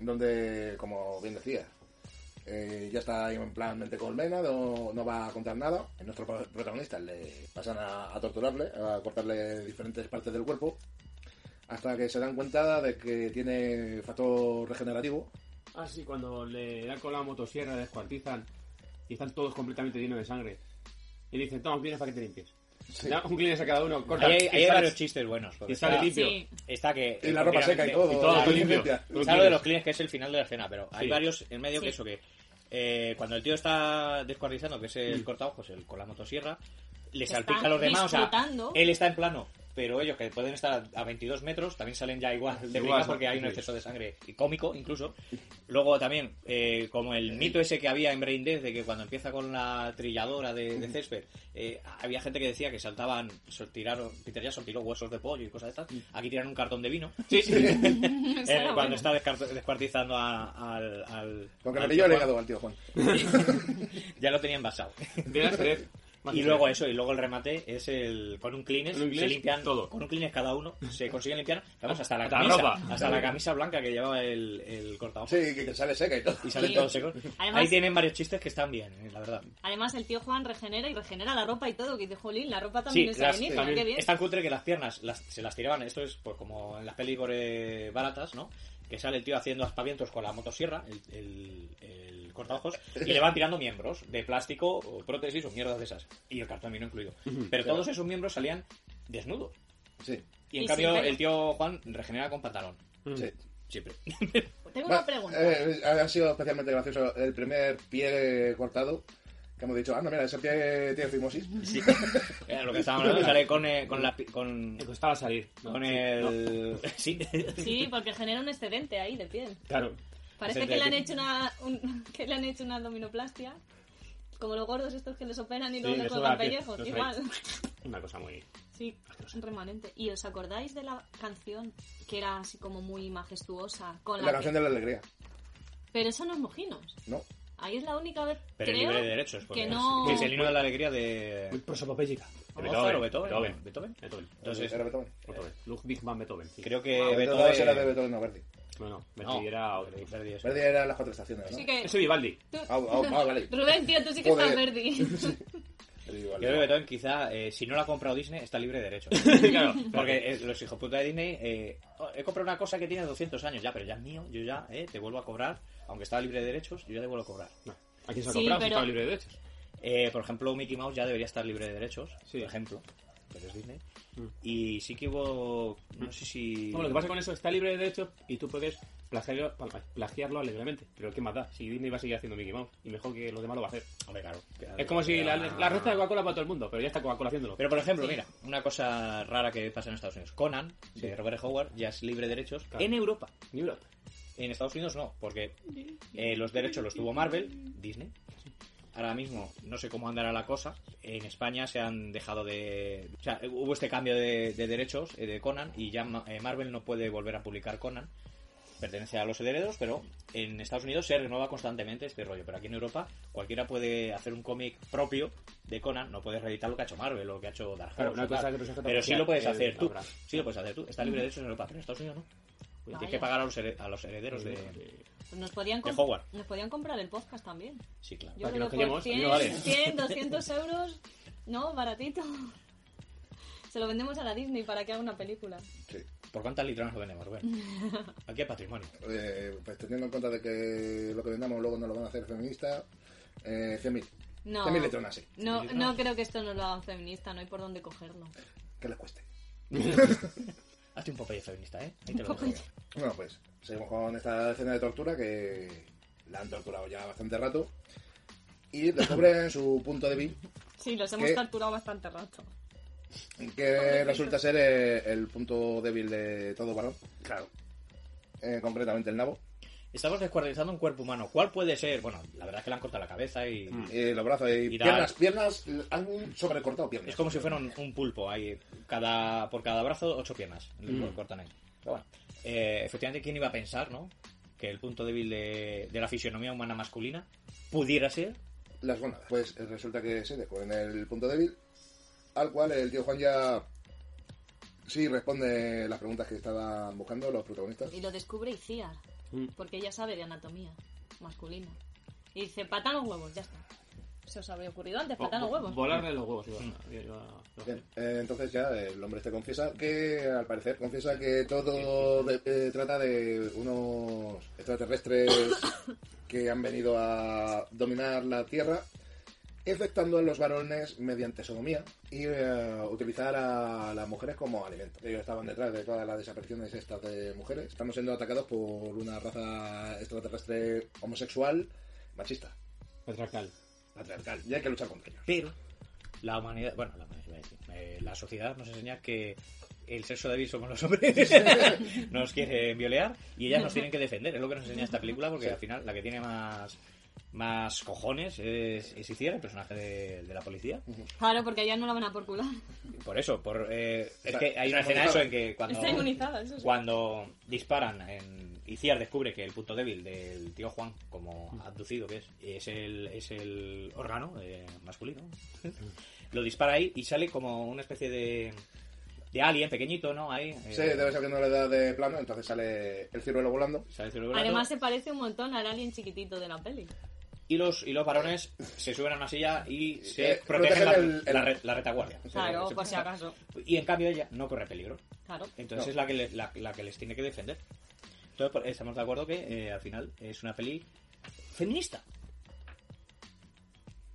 S6: donde, como bien decía, eh, ya está ahí en plan mente colmena, no, no va a contar nada. En nuestro pro- protagonista le pasan a, a torturarle, a cortarle diferentes partes del cuerpo, hasta que se dan cuenta de que tiene factor regenerativo.
S7: Ah, sí, cuando le dan con la motosierra descuartizan y están todos completamente llenos de sangre. y dicen, toma, un Kleenex para que te limpies. Da Un Kleenex a cada uno, corta.
S8: Ahí hay,
S7: y
S8: ahí hay
S7: sales-
S8: varios chistes buenos. porque
S7: Y sale
S8: está-
S7: limpio.
S9: Sí.
S8: Está que.
S6: Y la ropa seca y todo,
S7: Y todo,
S8: claro,
S7: todo limpio.
S6: limpia.
S7: Todo
S8: Está lo de
S7: limpio.
S8: los clientes que es el final de la escena, pero hay
S7: Sí.
S8: varios en medio
S9: Sí.
S8: que eso que. eh, cuando el tío está descuartizando, que es
S7: Mm.
S8: el cortaojos, el con la motosierra, le
S9: Están
S8: salpica a los demás. O sea,
S9: disfrutando.
S8: él está en plano, pero ellos que pueden estar a 22 metros también salen ya igual de
S7: Igual,
S8: brincas porque hay un
S7: sí.
S8: exceso de sangre y cómico incluso. Luego también, eh, como el mito ese que había en Brain Dead de que cuando empieza con la trilladora de,
S7: Mm.
S8: de césped, eh, había gente que decía que saltaban, sortiraron, Peter Jackson tiró huesos de pollo y cosas de estas. Aquí tiran un cartón de vino.
S7: Mm. Sí, sí.
S8: Eh, cuando está descart- descuartizando a- al, al-
S6: Con que
S8: al
S6: le pilló el
S8: Juan.
S6: legado al tío Juan.
S8: Ya lo tenía envasado.
S7: De las tres. Más
S8: Y
S7: que
S8: luego
S7: tres.
S8: eso, y luego el remate es el con un Kleenex,
S7: Con un
S8: se
S7: Kleenex,
S8: limpian
S7: todo.
S8: Con un Kleenex cada uno se consigue limpiar, vamos, hasta la
S7: Hasta la
S8: camisa,
S7: ropa.
S8: hasta la camisa blanca que llevaba el, el cortado.
S6: Sí, que, que sale seca y todo.
S8: Y salen
S9: Sí.
S8: todos secos.
S9: Además-
S8: Ahí tienen varios chistes que están bien, eh, la verdad.
S9: Además, el tío Juan regenera y regenera la ropa y todo. Que dice, Jolín, la ropa
S8: Sí,
S9: también es
S8: las-
S9: alienígena,
S8: también-
S9: qué bien.
S8: es tan cutre que las piernas las- se las tiraban. Esto es pues, como en las películas eh, baratas, ¿no? Que sale el tío haciendo aspavientos con la motosierra, el, el, el cortaojos, y le van tirando miembros de plástico, o prótesis o mierdas de esas. Y el cartón vino incluido. Pero todos esos miembros salían desnudos.
S6: Sí,
S8: Y en
S9: Y
S8: cambio,
S9: sin pelo.
S8: el tío Juan regenera con pantalón.
S6: sí.
S8: Siempre.
S9: Tengo
S6: Va,
S9: una pregunta.
S6: eh, ha sido especialmente gracioso el primer pie cortado. Que hemos dicho, ah, no, mira, ese pie tiene fimosis.
S8: Sí. Era lo que estábamos hablando. Sale con, eh, con, la, pi- con,
S7: Me costaba salir. No,
S8: con
S7: sí, no.
S8: el. eh, Sí.
S9: Sí, porque genera un excedente ahí de piel.
S7: Claro.
S9: Parece
S8: Excedente
S9: que le han
S8: de
S9: hecho una, un- que le han hecho una abdominoplastia. Como los gordos estos que les operan y luego
S7: les
S9: les
S7: sobra
S9: juegan
S7: piel,
S9: pellejos.
S7: los hay.
S9: Igual.
S7: Una cosa muy.
S9: Sí, un remanente. ¿Y os acordáis de la canción que era así como muy majestuosa? Con la,
S6: La
S9: que-
S6: canción de la alegría,
S9: Pero eso no es mojinos.
S6: ¿no?
S9: Ahí es la única vez,
S8: Pero es
S9: creo,
S8: libre de derechos. porque
S9: que no...
S8: es el himno de la alegría de.
S7: Prosopopéyica.
S8: ¿De Mozart o Beethoven?
S7: Beethoven.
S8: Beethoven.
S7: Beethoven.
S8: Entonces,
S6: era Beethoven.
S7: Beethoven. Ludwig van Beethoven. sí.
S8: creo que
S6: Beethoven era de
S8: Beethoven...
S6: Beethoven, no Verdi.
S7: Bueno, me
S8: No,
S7: era otro.
S8: Verdi es-
S6: Verdi era las cuatro estaciones, ¿no?
S9: Así que...
S7: Ese Vivaldi.
S9: tú-
S6: Ah, ah, ah, vale.
S9: Rubén, tío, tú sí que estás
S6: Joder.
S9: verdi.
S6: Sí,
S8: Yo
S6: vale.
S8: creo que Beethoven quizá, eh, si no la ha comprado Disney, está libre de derechos.
S7: claro.
S8: Porque eh, los hijos puta de Disney, eh, "Oh, he comprado una cosa que tiene 200 años ya, pero ya es mío, yo ya eh, te vuelvo a cobrar, aunque está libre de derechos, yo ya te vuelvo a cobrar.
S7: No. ¿A quién se ha
S9: Sí,
S7: comprado? Si
S9: pero-
S7: estaba libre de derechos.
S8: Eh, por ejemplo, Mickey Mouse ya debería estar libre de derechos,
S7: Sí. Mm.
S8: por ejemplo, pero es Disney. Y sí que hubo, no sé si...
S7: No, lo que pasa con eso está libre de derechos y tú puedes plagiarlo, pla- plagiarlo alegremente. Pero ¿qué más da? Si Disney va a seguir haciendo Mickey Mouse y mejor que los demás lo va a hacer.
S8: Hombre, claro.
S7: Es como si la,
S8: Ah.
S7: la receta de Coca-Cola para todo el mundo, pero ya está Coca-Cola haciéndolo.
S8: Pero por ejemplo, mira, una cosa rara que pasa en Estados Unidos. Conan, de Robert Howard, ya es libre de derechos
S7: Claro.
S8: en Europa.
S7: En Europa.
S8: En Estados Unidos no, porque eh, los derechos los tuvo Marvel, Disney. Ahora mismo no sé cómo andará la cosa. En España se han dejado de... O sea, hubo este cambio de, de derechos eh, de Conan y ya Ma- eh, Marvel no puede volver a publicar Conan. Pertenece a los herederos, pero en Estados Unidos se renueva constantemente este rollo. Pero aquí en Europa cualquiera puede hacer un cómic propio de Conan. No puedes reeditar lo que ha hecho Marvel o lo que ha hecho Dark
S7: Claro,
S8: Horse
S7: una
S8: o tal.
S7: cosa que no se hace
S8: Pero sí lo puedes
S7: el-
S8: hacer tú.
S7: ahora.
S8: Sí lo puedes hacer tú. Está libre de derechos en Europa, pero en Estados Unidos no. Pues tienes que
S9: Vaya.
S8: pagar a los, here- a los herederos de...
S9: Pues Nos podían,
S8: De
S9: comp-
S8: Howard.
S9: nos podían comprar el podcast también.
S8: Sí, claro.
S9: Yo
S7: Para que
S9: creo
S7: nos callemos,
S9: por 100,
S7: no vale.
S9: 100, 200 euros, ¿no? Baratito. Se lo vendemos a la Disney para que haga una película.
S6: Sí.
S8: ¿Por cuántas litronas lo vendemos, Rubén? Aquí hay patrimonio.
S6: Eh, pues teniendo en cuenta de que lo que vendamos luego no lo van a hacer feminista, eh, 100.000.
S9: No.
S6: 100.000 litronas, sí.
S9: No, no creo que esto nos lo hagan feminista, no hay por dónde cogerlo.
S6: Que les cueste.
S8: Hazte un Popeye feminista, ¿eh? Ahí te lo dejo.
S6: Bueno, pues seguimos con esta escena de tortura que la han torturado ya bastante rato. Y descubren su punto débil,
S9: Sí, los hemos
S6: ¿Qué?
S9: torturado bastante rato.
S6: que resulta ser eh, el punto débil de todo varón,
S8: Claro.
S6: eh, concretamente el nabo.
S8: Estamos descuartizando un cuerpo humano. ¿Cuál puede ser? Bueno, la verdad es que le han cortado la cabeza y...
S6: Eh, los brazos y,
S8: Y da-
S6: piernas, piernas, han sobrecortado piernas.
S8: Es como si fuera un, un pulpo. Hay cada, por cada brazo, ocho piernas. Lo cortan ahí. Pero bueno, eh, efectivamente, ¿quién iba a pensar, no? Que el punto débil de, de la fisionomía humana masculina pudiera ser...
S6: las gónadas. Pues eh, resulta que se descubren el punto débil, al cual el tío Juan ya sí responde las preguntas que estaban buscando los protagonistas.
S9: Y lo descubre Iciar, porque ella sabe de anatomía masculina. Y dice, patan los huevos, ya está. Se os habría ocurrido antes, patan los huevos.
S7: Volarle los huevos. iba
S8: Mm.
S7: a- iba a-
S6: Bien, eh, entonces ya el hombre este confiesa que, al parecer, confiesa que todo de- eh, trata de unos extraterrestres que han venido a dominar la Tierra infectando a los varones mediante sodomía y eh, utilizar a las mujeres como alimento. Ellos estaban detrás de todas las desapariciones estas de mujeres. Estamos siendo atacados por una raza extraterrestre homosexual machista.
S7: Patriarcal.
S6: Patriarcal. Y hay que luchar contra ello.
S8: Pero la humanidad, bueno, la, humanidad, iba a decir, eh, la sociedad nos enseña que el sexo débil somos los hombres, nos quieren violar y ellas nos tienen que defender. Es lo que nos enseña esta película porque al final la que tiene más más cojones es, es Iciar, el personaje de, de la policía.
S9: Claro, porque allá no la van a porcular.
S8: Por eso, por, eh, es
S6: Está-
S8: que hay
S6: está
S8: una escena
S6: inmunizada.
S8: eso en que cuando,
S9: Está inmunizada, eso sí.
S8: cuando disparan en Iciar descubre que el punto débil del tío Juan, como abducido que es, es el, es el órgano eh, masculino. Lo dispara ahí y sale como una especie de, de alien pequeñito, ¿no? Ahí. eh,
S6: Sí, debe ser que no le da de plano, entonces sale el ciruelo volando.
S8: sale cerebrando.
S9: Además se parece un montón al alien chiquitito de la peli.
S8: y los, y los varones se suben a una silla y se
S6: Eh,
S8: protegen
S6: protegen
S8: la,
S6: el- el-
S8: la re- la retaguardia.
S9: Claro,
S8: Se-
S9: por si acaso.
S8: Y en cambio ella no corre peligro.
S9: Claro.
S8: Entonces
S6: No.
S8: es la que, le- la, la que les tiene que defender. Entonces por- estamos de acuerdo que eh, al final es una peli feminista.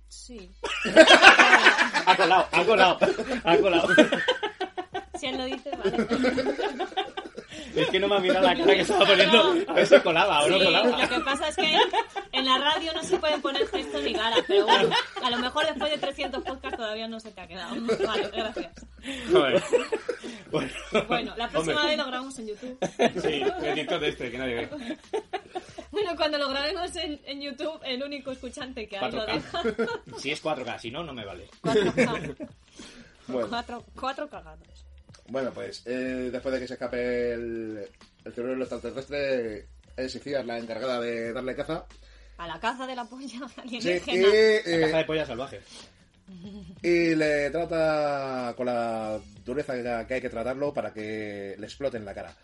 S9: Sí.
S8: Ha colado, ha colado, ha colado.
S9: Si él lo dice, vale.
S8: Es que no me ha mirado la cara que estaba poniendo. A ver si colaba o no
S9: Sí, lo
S8: colaba.
S9: que pasa es que en la radio no se pueden poner gestos ni caras, pero bueno, a lo mejor después de 300 podcasts todavía no se te ha quedado. Vale, gracias.
S7: Joder.
S8: Bueno,
S9: Bueno, la próxima
S7: Hombre.
S9: vez lo grabamos en YouTube.
S7: Sí, el TikTok de este, que nadie ve.
S9: Bueno, cuando lo grabemos en, en YouTube, el único escuchante que ahí lo deja.
S8: 4K. Si es 4K, si no, no me vale.
S9: Cuatro, ca-
S6: Bueno,
S9: cuatro, cuatro cagados.
S6: bueno pues eh, después de que se escape el, el ciruelo extraterrestre, es Iciar la encargada de darle caza.
S9: A la caza de la polla
S6: Sí, y,
S9: alienígena.
S8: La caja
S6: eh,
S8: de polla salvaje.
S6: y le trata con la dureza que- que hay que tratarlo para que le exploten la cara.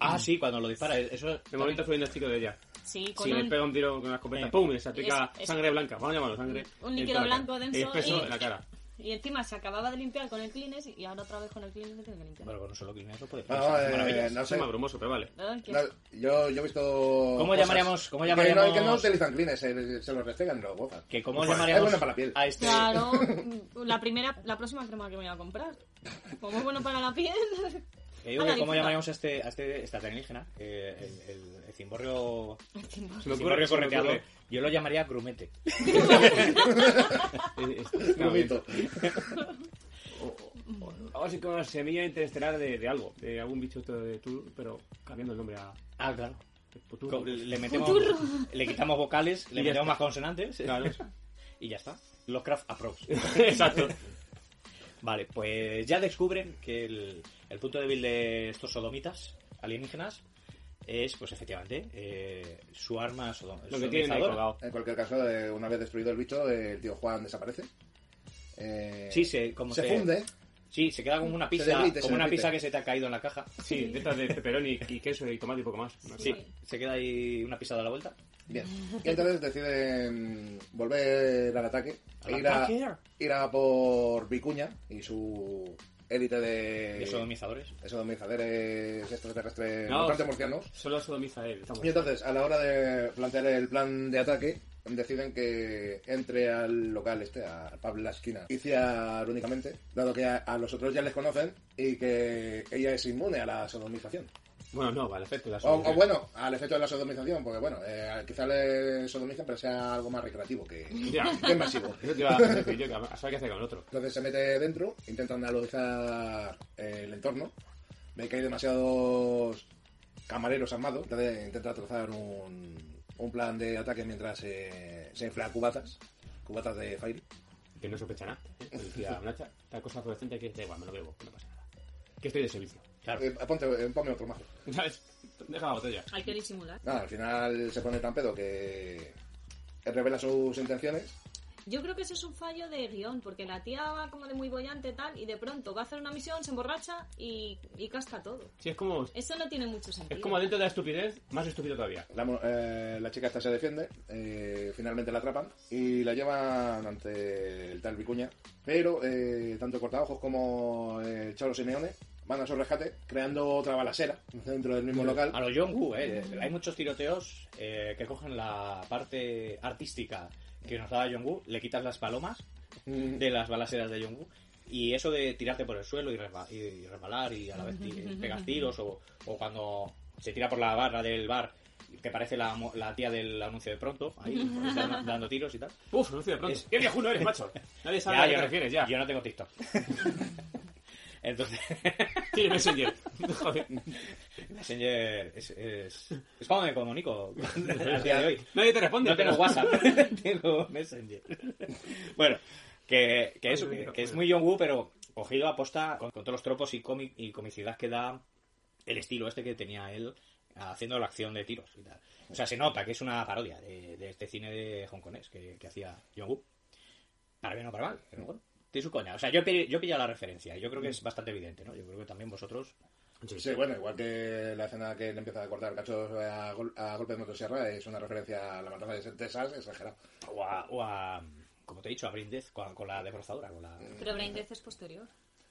S8: Ah, sí, cuando lo dispara. Eso
S7: De momento estoy viendo el chico de ella.
S9: Sí, con
S7: Si le
S9: un...
S7: pega un tiro con la escopeta,
S8: Eh.
S7: ¡pum! y Se aplica
S9: Es- es-
S7: sangre blanca. Vamos a llamarlo sangre.
S9: Un líquido
S7: en toda la
S9: blanco
S7: cara.
S9: denso
S7: Y espeso
S9: y-
S7: en la cara.
S9: Y encima se acababa de limpiar con el Kleenex y ahora otra vez con el Kleenex se tiene que limpiar.
S8: Bueno, con un solo clic eso puede
S6: No,
S8: hacer
S6: eh,
S8: maravillas.
S6: no
S7: Es
S6: sé.
S7: más brumoso, pero vale.
S9: Ay, qué
S6: No,
S9: asco.
S6: yo, yo he visto.
S8: ¿Cómo
S6: cosas.
S8: llamaríamos- cómo
S6: Que
S8: llamaríamos-
S6: no- Que no, utilizan clines, se, se los restregan y los gozan.
S8: Que cómo
S6: Bueno,
S8: llamaríamos
S6: Pues, Es bueno para la piel.
S8: a este...
S9: Claro, la primera, la próxima crema que me voy a comprar. Como es bueno para la piel.
S8: Que digo
S9: Ana,
S8: que eh, cómo
S9: disfruta.
S8: llamaríamos a este, a este esta alienígena, eh, el, el, el cimborrio,
S7: Se me
S8: el
S7: ocurre
S8: cimborrio
S7: se me
S8: correteado,
S7: ocurre.
S8: yo lo llamaría grumete.
S7: Eh, eh, no,
S6: Grumito.
S7: Vamos a ir con una semilla interestelar de, de algo, de algún bicho esto de tú, pero cambiando el nombre a
S8: Ah, claro.
S7: Putur.
S8: Le metemos, le quitamos vocales, le
S7: Y ya
S8: metemos
S7: está.
S8: más consonantes
S7: Claro.
S8: y ya está. Los craft approach.
S7: Exacto.
S8: Vale, pues ya descubren que el, el punto débil de estos sodomitas alienígenas es, pues efectivamente, eh, su arma sodom
S7: Lo que tienen ahí
S8: sodomizadora.
S7: colgado.
S6: En cualquier caso, eh, una vez destruido el bicho, eh, el tío Juan desaparece. Eh,
S8: Sí, se, como
S6: se funde.
S8: Sí, se queda como una pizza,
S6: derrite, se
S8: como una
S6: derrite.
S8: pizza que se te ha caído en la caja.
S7: Sí, de estas de pepperoni y queso y tomate y poco más.
S8: Sí,
S9: Sí.
S8: se queda ahí una pisada a la vuelta.
S6: Bien. Y entonces deciden volver al ataque.
S8: Al
S6: e ir, a,
S8: ataque.
S6: ir a por Vicuña y su élite de.
S7: Eh,
S8: De sodomizadores.
S6: de sodomizadores extraterrestres
S7: No,
S6: bastante
S7: sí.
S6: murcianos.
S7: Solo sodomiza él. estamos.
S6: Y entonces, a la hora de plantear el plan de ataque, deciden que entre al local este, a Pablo La Esquina, Iciar únicamente, dado que a, a los otros ya les conocen y que ella es inmune a la sodomización.
S7: Bueno, no, vale, efecto. La
S6: O,
S7: sodomiza.
S6: o bueno, al efecto de la sodomización, porque bueno, eh, quizá le sodomizan, pero sea algo más recreativo que,
S7: Ya.
S6: que masivo.
S7: Eso te iba a decir yo, que a saber qué hace con el otro.
S6: Entonces se mete dentro, intentan analizar el entorno. Ve que hay demasiados camareros armados. Entonces intenta trazar un, un plan de ataque mientras eh, se infla cubatas. Cubatas de Fairy.
S7: Que no sospecha nada. ¿eh? Policía Nacha, tal cosa fluorescente que da igual, me lo bebo, que no pasa nada. Que estoy de servicio.
S8: Claro.
S6: Eh, ponte, eh, ponme otro mazo.
S7: ¿Sabes? Deja la botella.
S9: Hay que disimular.
S6: Nada, al final se pone tan pedo que revela sus intenciones.
S9: Yo creo que eso es un fallo de guión, porque la tía va como de muy bollante tal, y de pronto va a hacer una misión, se emborracha y, y casca todo.
S7: Sí, es como.
S9: Eso no tiene mucho sentido.
S7: Es como dentro de la estupidez, más estúpido todavía.
S6: La, mu- eh, la chica esta se defiende, eh, finalmente la atrapan y la llevan ante el tal Vicuña. Pero eh, tanto cortaojos como eh, Charo Simeone mandan su rescate, creando otra balacera dentro del mismo local.
S8: A lo John Woo, ¿eh? Hay muchos tiroteos eh, que cogen la parte artística que nos da John Woo, le quitas las palomas
S6: Mm.
S8: de las balaseras de John Woo. Y eso de tirarte por el suelo y, resba- y resbalar y a la vez ti- pegas tiros o, o cuando se tira por la barra del bar que parece la, mo- la tía del anuncio de pronto, ahí pues, dando, dando tiros y tal.
S7: Uf, anuncio de pronto. ¡Qué viejuno eres, macho! Nadie sabe
S8: Ya,
S7: a qué
S8: yo
S7: te
S8: no-
S7: refieres, ya.
S8: Yo no tengo TikTok. Entonces,
S7: Sí, Messenger. Joder.
S8: Messenger es, es, es como me comunico al día de hoy.
S7: Nadie te responde.
S8: No tengo
S7: pero-
S8: WhatsApp, tengo Messenger. Bueno, que, que eso, que, que es muy John Woo, pero cogido a posta con, con todos los tropos y, comi- y comicidad que da el estilo este que tenía él haciendo la acción de tiros y tal. O sea, se nota que es una parodia de, de este cine de hongkonés que, que hacía John Woo. Para bien o para mal, pero bueno. Tiene su coña. O sea, yo he, pe- yo he pillado la referencia. Yo creo que es bastante evidente, ¿no? Yo creo que también vosotros...
S6: Sí, bueno, igual que la escena que le empieza a cortar cachos a, gol- a golpe de motosierra es una referencia a la matanza de Texas exagerado.
S8: O a, o a, como te he dicho, a Brindez con, con la debrozadora. Con la...
S9: Pero Brain Death es posterior.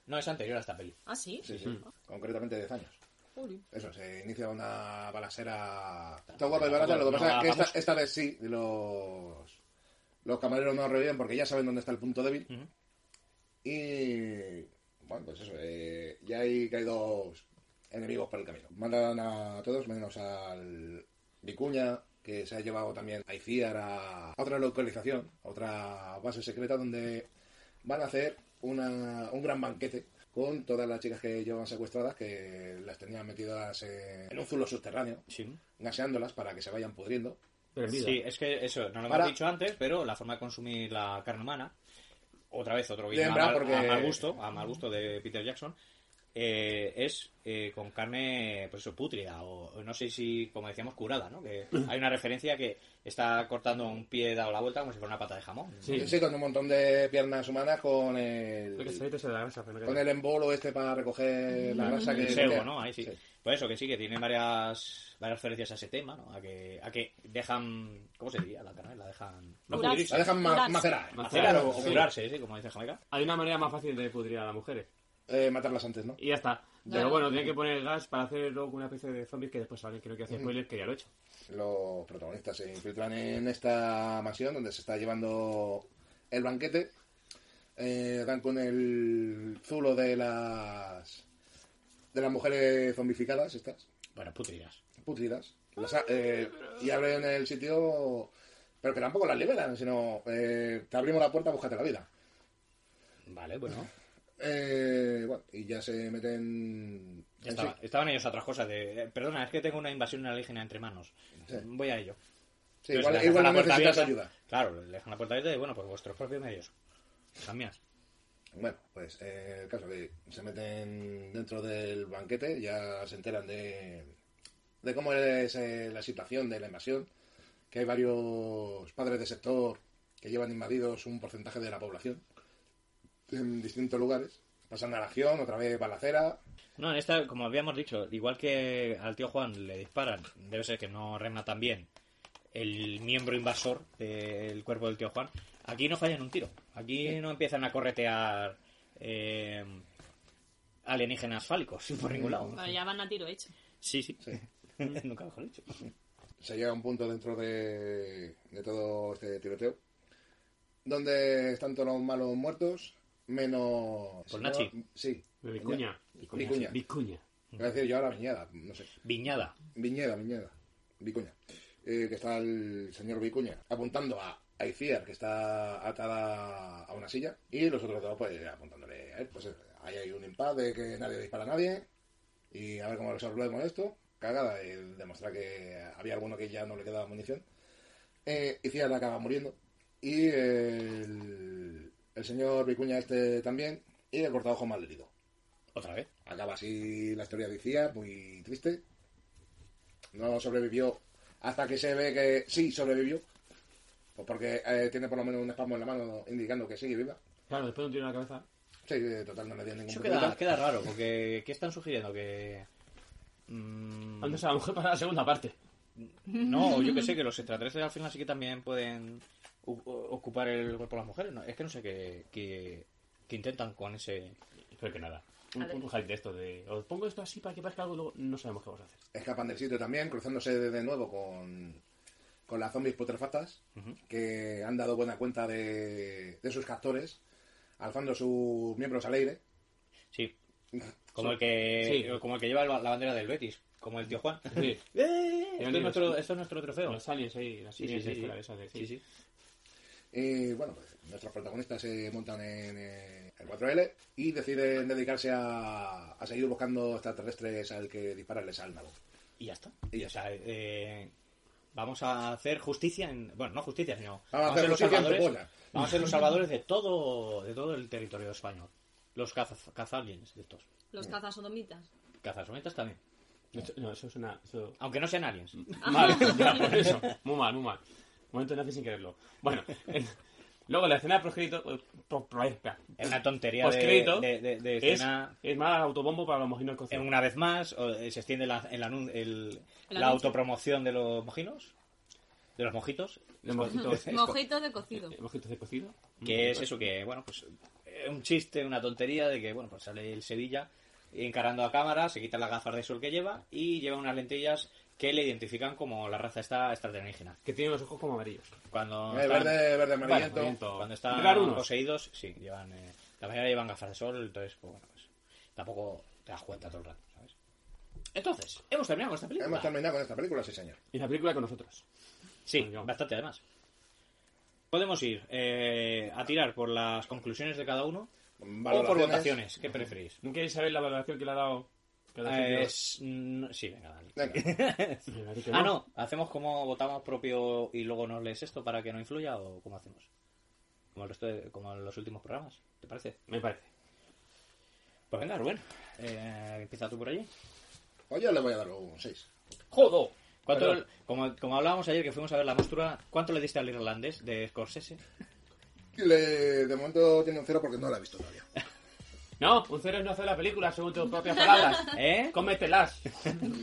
S8: No, es anterior a esta peli.
S9: ¿Ah, sí?
S6: Sí, sí. Concretamente 10 años.
S9: Jolín.
S6: Eso, se inicia una balacera. Está guapa el balacera,
S8: tampoco
S6: lo que pasa
S8: no
S6: es que esta,
S8: hagamos-
S6: esta vez sí, los, los camareros no reviven porque ya saben dónde está el punto débil. Y. Bueno, pues eso, eh, ya hay caídos enemigos por el camino. Mandan a todos, menos al Vicuña, que se ha llevado también a ICIAR a, a otra localización, a otra base secreta donde van a hacer una- un gran banquete con todas las chicas que llevan secuestradas, que las tenían metidas en, en un zulo subterráneo,
S8: Sí.
S6: gaseándolas para que se vayan pudriendo.
S7: Pero en vida.
S8: Sí, es que eso, no lo
S6: Ahora-
S8: hemos dicho antes, pero la forma de consumir la carne humana, otra vez otro
S6: Bien,
S8: guiño a,
S6: bravo,
S8: mal-
S6: porque-
S8: a mal gusto, a mal gusto de Peter Jackson, eh, es eh, con carne, pues eso, pútrida, o o no sé si, como decíamos, curada, ¿no? Que hay una referencia que está cortando un pie dado la vuelta como si fuera una pata de jamón.
S7: Sí.
S6: Sí, con un montón de piernas humanas, con
S7: Creo que
S6: el,
S7: saliste de la grasa, pero no
S6: con el embolo este para recoger la grasa que...
S8: El sebo, ¿no? Ahí sí. Pues eso, que sí, que tiene varias, varias referencias a ese tema, ¿no? A que, a que dejan, ¿cómo se diría la carne? La dejan... No,
S9: Curarse.
S8: pudrirse.
S6: La dejan ma-
S9: Curarse.
S6: macerar.
S8: Macerar o, o
S6: Sí.
S8: curarse, sí, como dice Jamaica.
S7: Hay una manera más fácil de pudrir a las mujeres.
S6: Eh, matarlas antes, ¿no?
S7: Y ya está. Pero
S9: Claro.
S7: bueno, tiene que poner gas para hacer luego una especie de zombies que después salen. Creo que hace spoiler que ya lo he hecho.
S6: Los protagonistas se infiltran en esta mansión donde se está llevando el banquete. Eh, dan con el zulo de las de las mujeres zombificadas estas,
S8: Bueno, putridas.
S6: putridas. Las a- eh, y abren el sitio, pero que tampoco las liberan, sino eh, te abrimos la puerta, búscate la vida.
S8: Vale, bueno.
S6: Eh, bueno, y ya se meten...
S8: Ya estaba- estaban ellos a otras cosas de, eh, perdona, es que tengo una invasión alienígena entre manos. Voy a ello.
S6: Sí,
S8: Entonces,
S6: igual
S8: le
S6: igual no
S8: dejan la puerta
S6: necesitas
S8: abierta.
S6: ayuda.
S8: Claro, le dejan la puerta abierta y bueno, pues vuestros propios medios. Las mías.
S6: Bueno, pues eh, el caso que se meten dentro del banquete, ya se enteran de, de cómo es eh, la situación de la invasión, que hay varios padres de sector que llevan invadidos un porcentaje de la población en distintos lugares. Pasan a la acción, otra vez balacera.
S8: No, en esta, como habíamos dicho, igual que al tío Juan le disparan, debe ser que no rematan bien el miembro invasor del cuerpo del tío Juan. Aquí no fallan un tiro. Aquí no empiezan a corretear eh, alienígenas fálicos por ningún lado.
S9: Bueno, ya van a tiro hecho.
S8: Sí, sí. Nunca mejor dicho.
S6: Se llega a un punto dentro de, de todo este tiroteo donde están todos los malos muertos, menos...
S8: Por Nachi.
S6: Sí,
S7: De Vicuña.
S6: Vicuña.
S7: Vicuña.
S6: Iba a decir yo ahora viñada, no sé.
S8: Viñada.
S6: Viñeda, Viñeda. Vicuña. Eh, que está el señor Vicuña apuntando a Aizier, que está atada a una silla, y los otros dos, pues, apuntándole a él. Pues eh, ahí hay un impas de que nadie dispara a nadie, y a ver cómo resolvemos esto. Cagada, el demostrar que había alguno que ya no le quedaba munición. Eh, Aizier acaba muriendo, y el, el señor Vicuña este también, y el cortaojo malherido.
S8: Otra vez.
S6: Acaba así la historia de Icías, muy triste. No sobrevivió hasta que se ve que sí sobrevivió. Pues porque eh, tiene por lo menos un espasmo en la mano indicando que sigue viva.
S7: Claro, después de un tiro en la cabeza.
S6: Sí, eh, total, no le dio ningún
S8: Eso
S6: problema.
S8: queda, queda raro, porque ¿qué están sugiriendo? Que. mm,
S7: Antes a la mujer para la segunda parte.
S8: no, yo que sé, que los extraterrestres al final sí que también pueden u- o- ocupar el cuerpo de las mujeres. No, es que no sé qué, qué- qué intentan con ese.
S7: Creo que nada. un, un hype de esto, de os pongo esto así para que parezca algo y luego no sabemos qué vamos a hacer.
S6: Escapan del sitio también, cruzándose de de nuevo con, con las zombies putrefactas, que han dado buena cuenta de, de sus captores, alzando sus miembros al aire.
S8: Sí. Como el que, eh,
S7: Sí.
S8: como el que lleva la la bandera del Betis, como el tío Juan.
S7: Sí.
S8: ¡Eh!
S7: Y
S8: Esto,
S7: han ido
S8: es nuestro,
S7: los-
S8: esto es nuestro trofeo.
S7: Los aliens ahí, las
S8: Sí, sí,
S7: líneas
S8: sí,
S7: de
S8: sí.
S7: fuera de esas de-
S8: Sí, sí.
S6: Y bueno, pues, nuestros protagonistas se montan en eh, el 4L y deciden dedicarse a, a seguir buscando extraterrestres al que dispararles al nabo.
S8: Y ya está.
S6: Y ya
S8: o sea, eh, vamos a hacer justicia en. Bueno, no justicia, sino.
S6: a hacer justicia en tu bola.
S8: vamos a ser los salvadores de todo, de todo el territorio español. Los cazaz- cazaliens de estos.
S9: Los cazasodomitas.
S8: Cazasometas también.
S7: De hecho, No, eso es una... Eso...
S8: Aunque no sean aliens.
S7: Mal, ya, por eso. Muy mal, muy mal. Momento nazi sin quererlo. Bueno, eh, luego la escena proscrito... eh,
S8: Es una tontería de,
S7: Poscrédito
S8: de, de- de
S7: Es,
S8: escena.
S7: es más autobombo para los mojinos
S8: En
S7: escoceses.
S8: Una vez más, o, eh, se extiende la, el anun- el-
S9: El
S8: la
S9: anuncio.
S8: autopromoción de los mojinos. De los mojitos.
S7: Los mojitos,
S9: Mojito de cocido.
S7: mojitos de cocido.
S8: Que es eso que, bueno, pues eh, un chiste, una tontería de que, bueno, pues sale el Sevilla encarando a cámara, se quita las gafas de sol que lleva y lleva unas lentillas que le identifican como la raza esta extraterrígena.
S7: Que tiene los ojos como amarillos.
S8: Cuando
S6: Eh,
S8: están, pues,
S6: verde, verde amarillento.
S7: Ah, Vale, amarillento.
S8: cuando están
S7: Raro uno.
S8: poseídos, sí, llevan, eh, la mayoría llevan gafas de sol, entonces, pues bueno, pues tampoco te das cuenta todo el rato, ¿sabes? Entonces, hemos terminado con esta película.
S6: Hemos terminado con esta película, sí señor.
S7: Y la película con nosotros.
S8: Sí,
S7: Digamos.
S8: bastante además. Podemos ir eh, a tirar por las conclusiones de cada uno o por
S6: Valoraciones.
S8: votaciones, ¿qué preferís?
S7: ¿No queréis saber la valoración que le ha dado cada sitio?
S8: Eh, es- mm, sí, venga, dale.
S6: Venga,
S7: Me parece que
S8: Ah, no, hacemos como votamos propio y luego nos lees esto para que no influya o cómo hacemos. Como el resto de- como en los últimos programas, ¿te parece?
S7: Me parece.
S8: Pues venga, Rubén, eh, empieza tú por allí.
S6: pues yo le voy a dar un 6.
S8: ¡Jodo! ¿Cuánto,
S6: Perdón.
S8: como, como hablábamos ayer que fuimos a ver la mostura, ¿cuánto le diste al irlandés de Scorsese?
S6: Le, de momento tiene un 0 porque no la he visto todavía.
S7: No, un cero es no hacer la película, según tus propias palabras.
S8: ¿Eh?
S7: Cómetelas.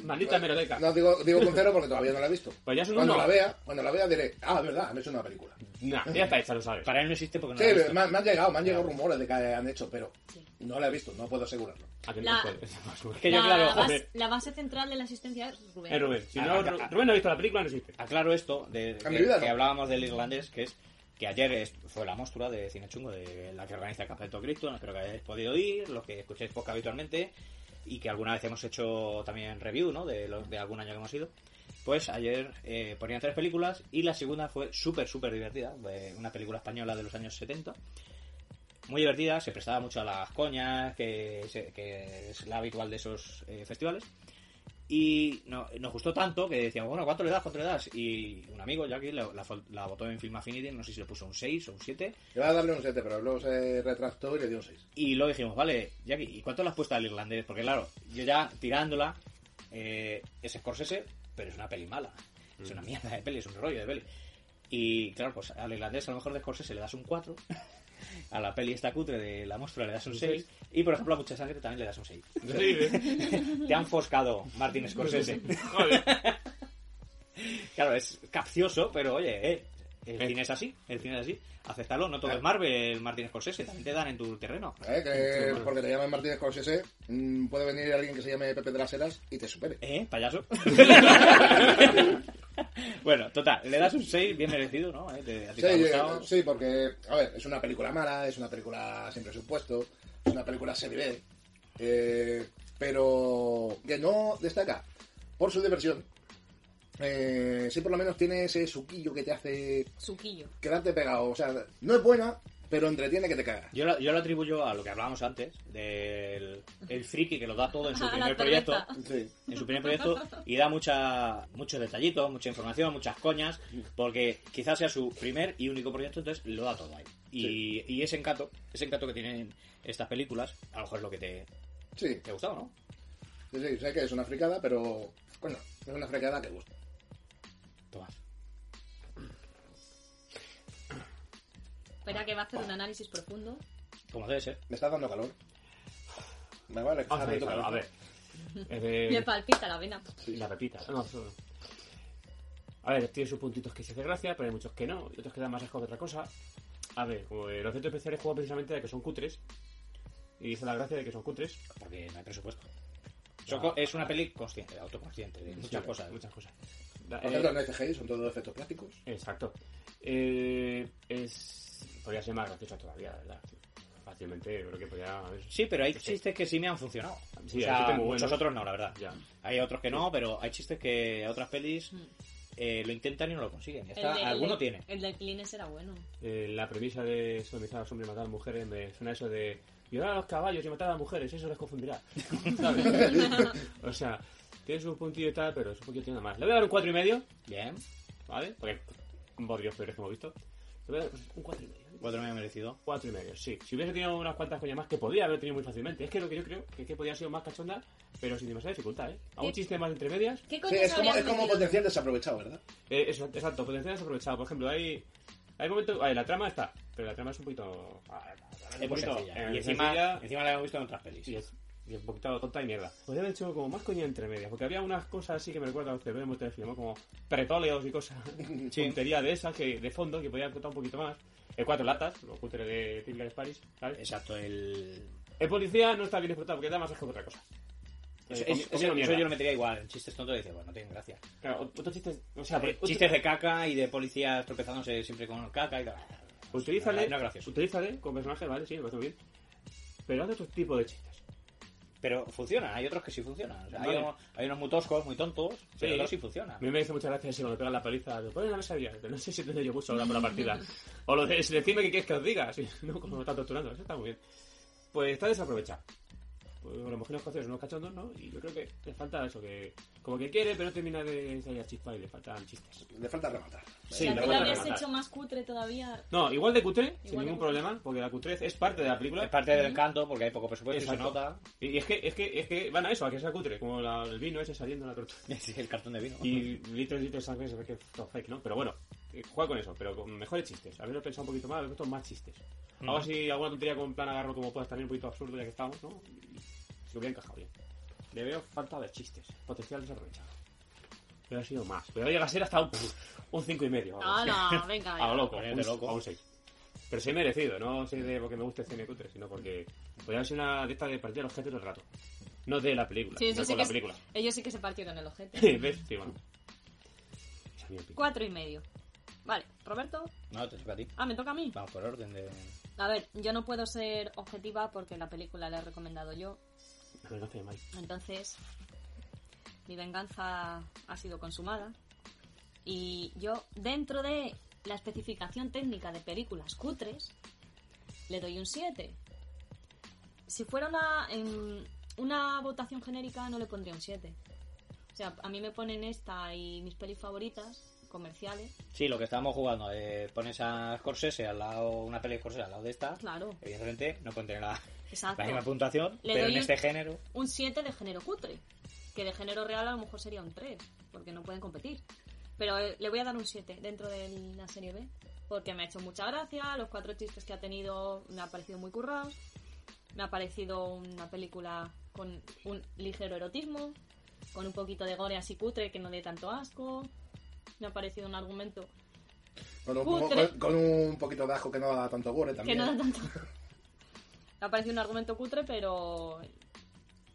S7: Maldita merodeca.
S6: No, digo, digo un 0 porque todavía no la he visto.
S7: Pues ya es un
S6: cuando
S7: uno.
S6: la vea, cuando la vea diré, ah, verdad, han hecho una película.
S7: Nah, ya está hecha, lo sabes.
S8: Para él no existe porque no
S6: Sí,
S8: lo ha visto.
S6: me, me han llegado, me han llegado rumores de que han hecho, pero no la he visto, no puedo asegurarlo.
S7: Ah, que no
S9: La-
S7: puede.
S8: Es que yo,
S9: la,
S8: claro,
S9: bas- la
S8: joder,
S9: base, central de la asistencia es Rubén.
S7: Eh, Rubén. Si
S8: Ah,
S7: no,
S8: ah,
S7: Ru-
S8: ah.
S7: Rubén no ha visto la película, no existe.
S8: aclaro esto de,
S6: mi
S8: que,
S6: vida no.
S8: que hablábamos del irlandés, que es que ayer es- fue la mostra de Cine Chungo, de la que organiza Capeto Cristo, no espero que hayáis podido ir, los que escucháis podcast habitualmente, y que alguna vez hemos hecho también review, ¿no? De, los- de algún año que hemos ido. Pues ayer eh, ponían tres películas y la segunda fue súper, súper divertida, de una película española de los años 70. Muy divertida, se prestaba mucho a las coñas, que, se- que es la habitual de esos eh, festivales. Y no- nos gustó tanto que decíamos, bueno, ¿cuánto le das? ¿Cuánto le das? Y un amigo, Jackie, la, la, fol- la votó en Film Affinity, no sé si le puso un 6 o un 7.
S6: Yo voy a darle un 7, pero luego se retractó y le dio un 6.
S8: Y luego dijimos, vale, Jackie, ¿y cuánto le has puesto al irlandés? Porque claro, yo ya tirándola, eh, es Scorsese, pero es una peli mala. Es una mierda de peli, es un rollo de peli. Y claro, pues al irlandés a lo mejor de Scorsese le das un 4. A la peli esta cutre de la muestra le das un 6. Y por ejemplo a Mucha Sangre también le das un 6. Te han foscado, Martin Scorsese.
S7: Pues Joder.
S8: Claro, es capcioso, pero oye, eh, el
S7: Eh.
S8: cine es así, el cine es así. Acéptalo, no todo es Marvel, Martin Scorsese, también te dan en tu terreno.
S6: ¿Eh? Que porque te llaman Martínez Corsese, puede venir alguien que se llame Pepe de las Heras y te supere.
S8: ¿Eh, payaso? bueno, total, le das un 6 bien merecido, ¿no? Eh, te- a ti
S6: Sí,
S8: te ha
S6: yo-
S8: gustado.
S6: sí, porque, a ver, es una película mala, es una película sin presupuesto, es una película serie B, eh, pero que no destaca por su diversión. Eh, sí, por lo menos tiene ese suquillo que te hace
S9: Suquillo.
S6: quedarte pegado. O sea, no es buena, pero entretiene que te cagas.
S8: Yo, lo, yo lo atribuyo a lo que hablábamos antes, del el friki que lo da todo en su
S9: A la
S8: primer
S9: cerveza.
S8: proyecto.
S6: Sí.
S8: en su primer proyecto y da mucha, muchos detallitos, mucha información, muchas coñas, porque quizás sea su primer y único proyecto, entonces lo da todo ahí. Y, y ese encanto, ese encanto que tienen estas películas, a lo mejor es lo que te,
S6: Sí,
S8: te ha gustado, ¿no?
S6: sí, sí, sé que es una fricada, pero bueno, es una fricada que gusta.
S8: Tomás.
S9: Espera que va a hacer un análisis profundo.
S8: Como debe ser.
S6: Me está dando calor. Me vale,
S8: Ah,
S7: Vamos a
S6: está
S7: ver,
S6: dando
S7: Ah, claro, a
S6: calor.
S7: ver. Es de-
S9: Me palpita la vena.
S7: La pepita. No, eso no. A ver, tiene sus puntitos que se hace gracia, pero hay muchos que no, y otros que dan más asco que otra cosa. A ver, como, eh, los efectos especiales juegan precisamente de que son cutres. Y esa es la gracia de que son cutres.
S8: Porque no hay presupuesto. Son co- Es una peli consciente, autoconsciente, de muchas
S7: Sí,
S8: cosas.
S7: Muchas cosas. Eh,
S8: eh,
S6: Por ejemplo, en CGI son todos efectos plásticos.
S7: Exacto. Eh, es... Podría ser más graciosa todavía, la verdad. Fácilmente, yo creo que podría... haber-
S8: Sí, pero hay
S7: Sí.
S8: chistes que sí me han funcionado.
S7: Sí,
S8: o
S7: hay
S8: sea,
S7: chistes muy
S8: muchos
S7: buenos.
S8: otros no, la verdad.
S7: Ya.
S8: Hay otros que no, pero hay chistes que otras pelis eh, lo intentan y no lo consiguen. Ya está,
S9: Mm. El de- el
S8: alguno
S9: de-
S8: tiene.
S9: El de Clines era bueno.
S7: Eh, la premisa de sodomizar a los hombres y matar a mujeres me suena eso de violar a los caballos y matar a las mujeres, eso les confundirá. ¿Sabes? o sea, tiene su puntillo y tal, pero su puntillo tiene nada más. Le voy a dar un cuatro y medio,
S8: Bien,
S7: ¿vale? Porque un peores que hemos visto. Le voy a dar un cuatro y medio. ¿eh?
S8: cuatro me ha merecido.
S7: Cuatro y medio, sí. Si hubiese tenido unas cuantas coñas más que podía haber tenido muy fácilmente. Es que lo que yo creo que es que podía haber sido más cachonda, pero sin demasiada dificultad, ¿eh? A un
S9: Sí.
S7: chiste más entre medias,
S9: ¿Qué
S6: Sí,
S9: coño
S6: es como, es como potencial desaprovechado, ¿verdad?
S7: Eh, eso- exacto, potencial desaprovechado. Por ejemplo, hay. Hay momentos. Vale, la trama está. Pero la trama es un poquito. ah, la trama
S8: Es muy sencilla.
S7: eh,
S8: Y encima,
S7: sencilla,
S8: encima la hemos visto en otras pelis.
S7: y es, y es un poquito tonta y mierda. Podría haber hecho como más coña entre medias. Porque había unas cosas así que me recuerdan a los que vemos en el film, ¿no? Como pretóleos y cosas. Tontería de esas que de fondo que podía contar un poquito más. El cuatro latas, los cutre de Tingler Paris, ¿sabes?
S8: Exacto, el...
S7: El policía no está bien explotado porque da más asco que otra cosa.
S8: Eso,
S7: Eh, com-
S8: eso-
S7: comiendo
S8: eso
S7: mierda.
S8: yo lo metería igual. En chistes tontos dice, bueno, no tienen gracia.
S7: Claro, otro chiste. O sea,
S8: Eh,
S7: otro-
S8: chistes de caca y de policías tropezándose siempre con caca y tal.
S7: Utilízale,
S8: No, no, gracias.
S7: utilízale como personaje, vale, sí, me parece muy bien. Pero haz otro tipo de chistes.
S8: Pero funcionan, hay otros que sí funcionan. O sea, hay,
S7: Vale.
S8: unos, hay unos muy toscos, muy tontos, pero
S7: Sí.
S8: otros sí
S7: A
S8: funcionan.
S7: mí me hizo muchas gracias cuando pegan la paliza. de, Bueno, no lo sabía, pero no sé si tendré yo gusto ahora por la partida. O lo de si decime que quieres que os diga, sí, no, como me está torturando, eso está muy bien. Pues está desaprovechado. Pues, a lo mejor los escoceses son unos cachondos, ¿no? Y yo creo que le falta eso, que como que quiere, pero no termina de salir a chispa y le faltan chistes.
S6: Le falta rematar.
S7: Sí,
S9: la
S7: lo
S9: tú
S7: voy
S9: la
S7: a
S9: habías
S7: rematar.
S9: hecho más cutre todavía.
S7: No, igual de cutre, sin
S9: Igual de
S7: ningún
S9: cutre.
S7: problema, porque la cutrez es parte de la película.
S8: Es parte del encanto porque hay poco presupuesto y se
S7: Exacto.
S8: nota.
S7: Y y es que, es que, es que van a eso, a que sea cutre, como la- el vino ese saliendo de la tortuga.
S8: Sí, el cartón de vino.
S7: Y litros y litros de sangre se ve que es todo fake, ¿no? Pero bueno, eh, juega con eso, pero con mejores chistes. Haberlo pensado un poquito más, haber puesto más chistes. Algo así, alguna tontería con plan agarro como puedas también un poquito absurdo ya que estamos, ¿no? Y Si lo hubiera encajado bien. Le veo falta de chistes, potencial desaprovechado. Pero ha sido más. Pero llega a ser hasta un, un cinco y medio. o algo así.
S9: ¡Hala! Ah, Venga.
S7: A lo loco,
S8: Ponerte
S7: un-
S8: loco.
S7: a un 6. Pero sí merecido, no sí de porque me guste el cine cutre, sino porque podría haber sido una de estas de partir los objetos del rato. No de la película,
S9: Sí,
S7: no
S9: eso sí que
S7: con la
S9: es-
S7: película.
S9: Ellos sí que se partieron el ojete.
S7: ¿Ves? Sí, bueno. Esa es mi opinión.
S9: Cuatro y medio. Vale, Roberto.
S8: No, te toca a ti.
S9: Ah, me toca a mí.
S8: Vamos por orden de...
S9: A ver, yo no puedo ser objetiva porque la película la he recomendado yo.
S7: La venganza de Mike.
S9: Entonces, mi venganza ha sido consumada. Y yo, dentro de la especificación técnica de películas cutres, le doy un 7. Si fuera una, en una votación genérica, no le pondría un 7. O sea, a mí me ponen esta y mis pelis favoritas, comerciales,
S8: Sí, lo que estábamos jugando, eh, pones a Scorsese al lado, una peli de Scorsese al lado de esta.
S9: claro.
S8: Evidentemente no pueden tener la,
S9: Exacto.
S8: la misma puntuación, pero
S9: doy
S8: en
S9: un-
S8: este género.
S9: un 7 de género cutre, que de género real a lo mejor sería un 3, porque no pueden competir. Pero eh, le voy a dar un 7 dentro de la serie B, porque me ha hecho mucha gracia, los cuatro chistes que ha tenido me han parecido muy currados, me ha parecido una película con un ligero erotismo, con un poquito de gore así cutre que no dé tanto asco, me ha parecido un argumento
S6: Con un, con-
S9: Cutre.
S6: con, un poquito de ajo que no da tanto gore
S9: que
S6: también.
S9: no da tanto... me ha parecido un argumento cutre, pero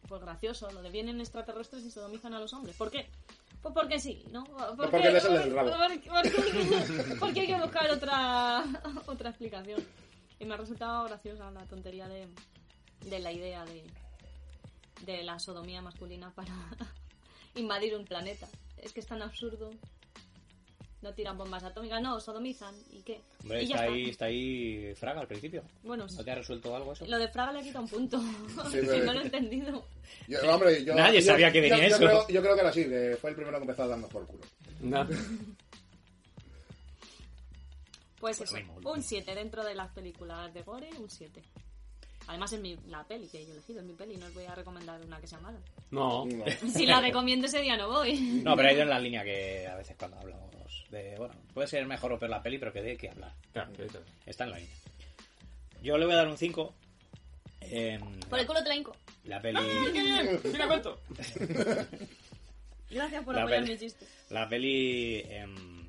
S9: pues gracioso, lo de vienen extraterrestres y sodomizan a los hombres. ¿Por qué? Pues porque sí, ¿no? Porque,
S6: porque le sale del rabo.
S9: Porque, porque- porque hay que buscar otra, otra explicación. Y me ha resultado graciosa la tontería de, de la idea de, de la sodomía masculina para invadir un planeta. Es que es tan absurdo. No tiran bombas atómicas, no, sodomizan. ¿Y qué?
S8: Hombre,
S9: y ya
S8: está
S9: está.
S8: ahí, está ahí Fraga al principio.
S9: Bueno,
S8: ¿No te ha resuelto algo eso?
S9: lo de Fraga le quita un punto.
S6: Sí,
S9: que
S6: pero-
S9: no lo he entendido.
S6: Yo- hombre, yo-
S8: Nadie
S6: yo-
S8: sabía que
S6: yo-
S8: venía
S6: yo
S8: eso.
S6: creo- yo creo que era así, que fue el primero que empezó a darnos por culo.
S7: No.
S9: Pues
S8: Pues
S9: eso,
S8: me mola.
S9: un 7 dentro de las películas de Gore, un 7. Además es mi, la peli que yo he elegido, es mi peli, no os voy a recomendar una que sea mala.
S7: No.
S8: Oh.
S6: No.
S9: Si la recomiendo ese día no voy.
S8: No, pero ha ido en la línea que a veces cuando hablamos de, bueno, puede ser mejor o peor la peli, pero que de qué hablar.
S7: Claro, esto.
S8: Está en la línea. Yo le voy a dar un 5.
S9: Por el culo Ah, te la hinco.
S8: La peli,
S7: Mira cuánto.
S9: Gracias por
S8: La
S9: apoyar
S8: peli.
S9: mi chiste.
S8: la peli em,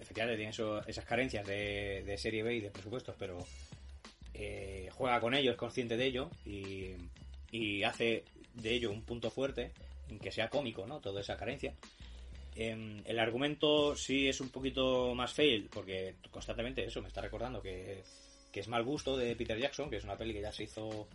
S8: efectivamente tiene eso- esas carencias de, de serie B y de presupuestos, pero eh, juega con ello, es consciente de ello y, y hace de ello un punto fuerte en que sea cómico, ¿no? Toda esa carencia. Em, el argumento sí es un poquito más fail, porque constantemente eso me está recordando que, que es mal gusto de Peter Jackson, que es una peli que ya se hizo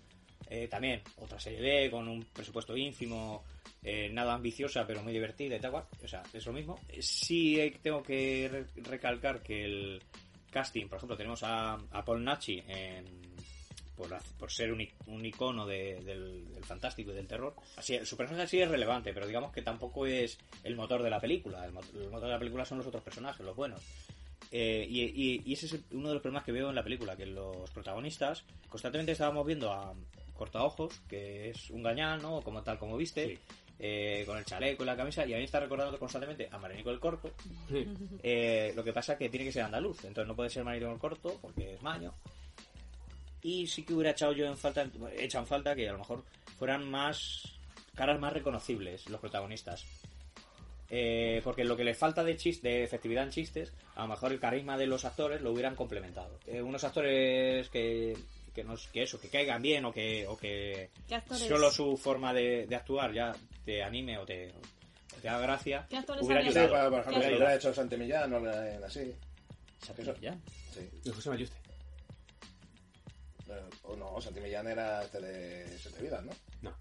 S8: eh, también otra serie B con un presupuesto ínfimo, eh, nada ambiciosa pero muy divertida y tal cual. O sea, es lo mismo. Sí eh, tengo que re- recalcar que el casting, por ejemplo, tenemos a, a Paul Nachi en- por, haz- por ser un, i- un icono de- del, del fantástico y del terror. Así, su personaje sí es relevante, pero digamos que tampoco es el motor de la película. El, mo- el motor de la película son los otros personajes, los buenos. Eh, y, y- y ese es uno de los problemas que veo en la película, que los protagonistas constantemente estábamos viendo a Cortaojos, que es un gañán, ¿no? Como tal como viste, eh, con el chaleco y la camisa, y a mí me está recordando constantemente a Marinico el Corto. Eh, lo que pasa que tiene que ser andaluz, entonces no puede ser Marinico el Corto porque es maño. Y sí que hubiera echado yo en falta, he echado en falta que a lo mejor fueran más caras más reconocibles los protagonistas. Eh, porque lo que le falta de chis- de efectividad en chistes, a lo mejor el carisma de los actores lo hubieran complementado. Eh, unos actores que, que, nos, que eso, que caigan bien o que, o que
S9: ¿Qué actores?
S8: solo su forma de, de actuar ya te anime o te, o te haga gracia,
S9: ¿Qué actores
S8: hubiera
S9: había?
S6: Sí, para- por
S8: ayudado. Hubiera
S6: ejemplo, si lo
S8: ayudado.
S6: hubiera hecho Santemillán o la- la- así.
S8: Santi Millán.
S6: Sí.
S7: De José Mayuste.
S6: Eh, O no, Santimillán era este de Siete Vidas, ¿no?
S7: No.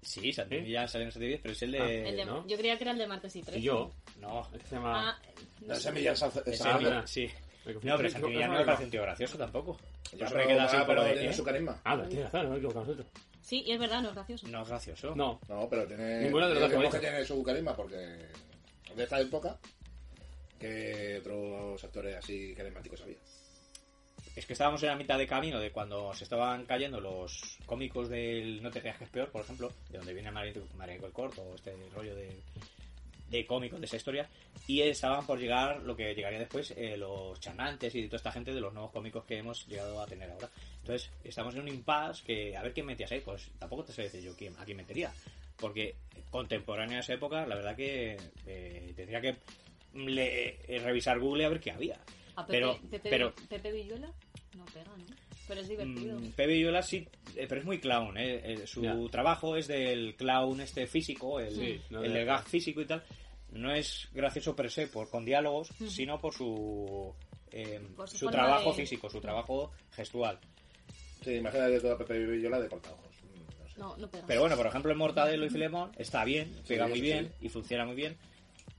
S8: Sí, Santi Millán salió en Santi Millán, pero es el de...
S7: Ah,
S9: El de-
S7: ¿no?
S9: Yo creía que era el de martes y tres.
S7: Y yo.
S8: No,
S7: que Se llama.
S9: Ah, no sé.
S6: Ese Millán San-
S8: es
S6: San-
S8: el- sí.
S7: me confundí.
S8: No, pero Santi Millán no me parece un tío gracioso tampoco. Yo creo que da así,
S6: ah,
S8: pero de-
S6: tiene
S8: ¿eh?
S6: su carisma.
S7: Ah, pero tienes razón, no me he equivocado nosotros.
S9: Sí, y es verdad, no es gracioso.
S8: No es gracioso.
S7: No,
S6: No, pero tiene.
S7: Ninguno de los dos
S6: digamos
S7: lo
S6: que tiene su carisma porque. De esta época. Que otros actores así carismáticos había.
S8: Es que estábamos en la mitad de camino de cuando se estaban cayendo los cómicos del No te creas que es peor, por ejemplo, de donde viene Mario Mario el Corto, o este rollo de, de cómicos de esa historia, y estaban por llegar lo que llegaría después, eh, los charlantes y toda esta gente de los nuevos cómicos que hemos llegado a tener ahora. Entonces, estamos en un impasse que a ver quién metías ahí, pues tampoco te sé decir yo quién, a quién metería, porque contemporánea a esa época, la verdad que eh, tendría que le- eh, revisar Google a ver qué había.
S9: A Ah, Pepe,
S8: Pero-
S9: Pepe,
S8: pero-
S9: Pepe Villuela no pega, ¿no? Pero es divertido.
S8: Mm, Pepe Viola sí, eh, pero es muy clown. eh, eh, su
S7: Ya.
S8: trabajo es del clown este físico, el,
S7: Sí, no
S8: el
S7: de-
S8: del gag físico y tal. No es gracioso per se por, con diálogos, sino por su, eh,
S9: Por su
S8: su
S9: forma
S8: trabajo
S9: de-
S8: físico, su trabajo gestual.
S6: Sí, imagínate toda Pepe Villola de cortaojos. Mm, No sé.
S9: No, no pega.
S8: Pero bueno, por ejemplo, en Mortadelo y Filemón está bien, pega
S6: sí,
S8: muy
S6: sí,
S8: bien y funciona muy bien.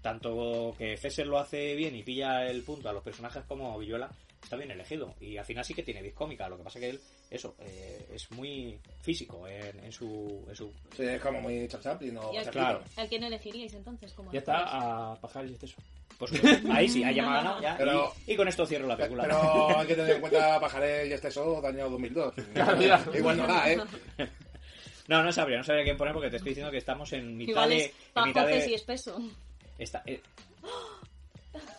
S8: Tanto que Fesser lo hace bien y pilla el punto a los personajes como Villuela, está bien elegido. Y al final sí que tiene vis cómica, lo que pasa que él, eso, eh, es muy físico en, en su... en su-
S6: Sí, es como muy chap chap y no.
S9: Y al,
S8: claro.
S9: ¿Al quién elegiríais entonces? Como
S7: ya está
S9: actores?
S7: a Pajares y este Esteso.
S8: Por supuesto. Ahí sí, ahí ya me ha ganado. ya.
S6: Pero-
S8: y, y con esto cierro la película.
S6: Pero hay que tener en cuenta Pajaré y este so, daño 2002. Igual no da, ¿eh?
S8: No, no sabría, no sabría quién poner porque te estoy diciendo que estamos en mitad
S9: Igual
S8: de...
S9: es
S8: en mitad
S9: Pajotes y
S8: de
S9: Espeso.
S8: esta- eh,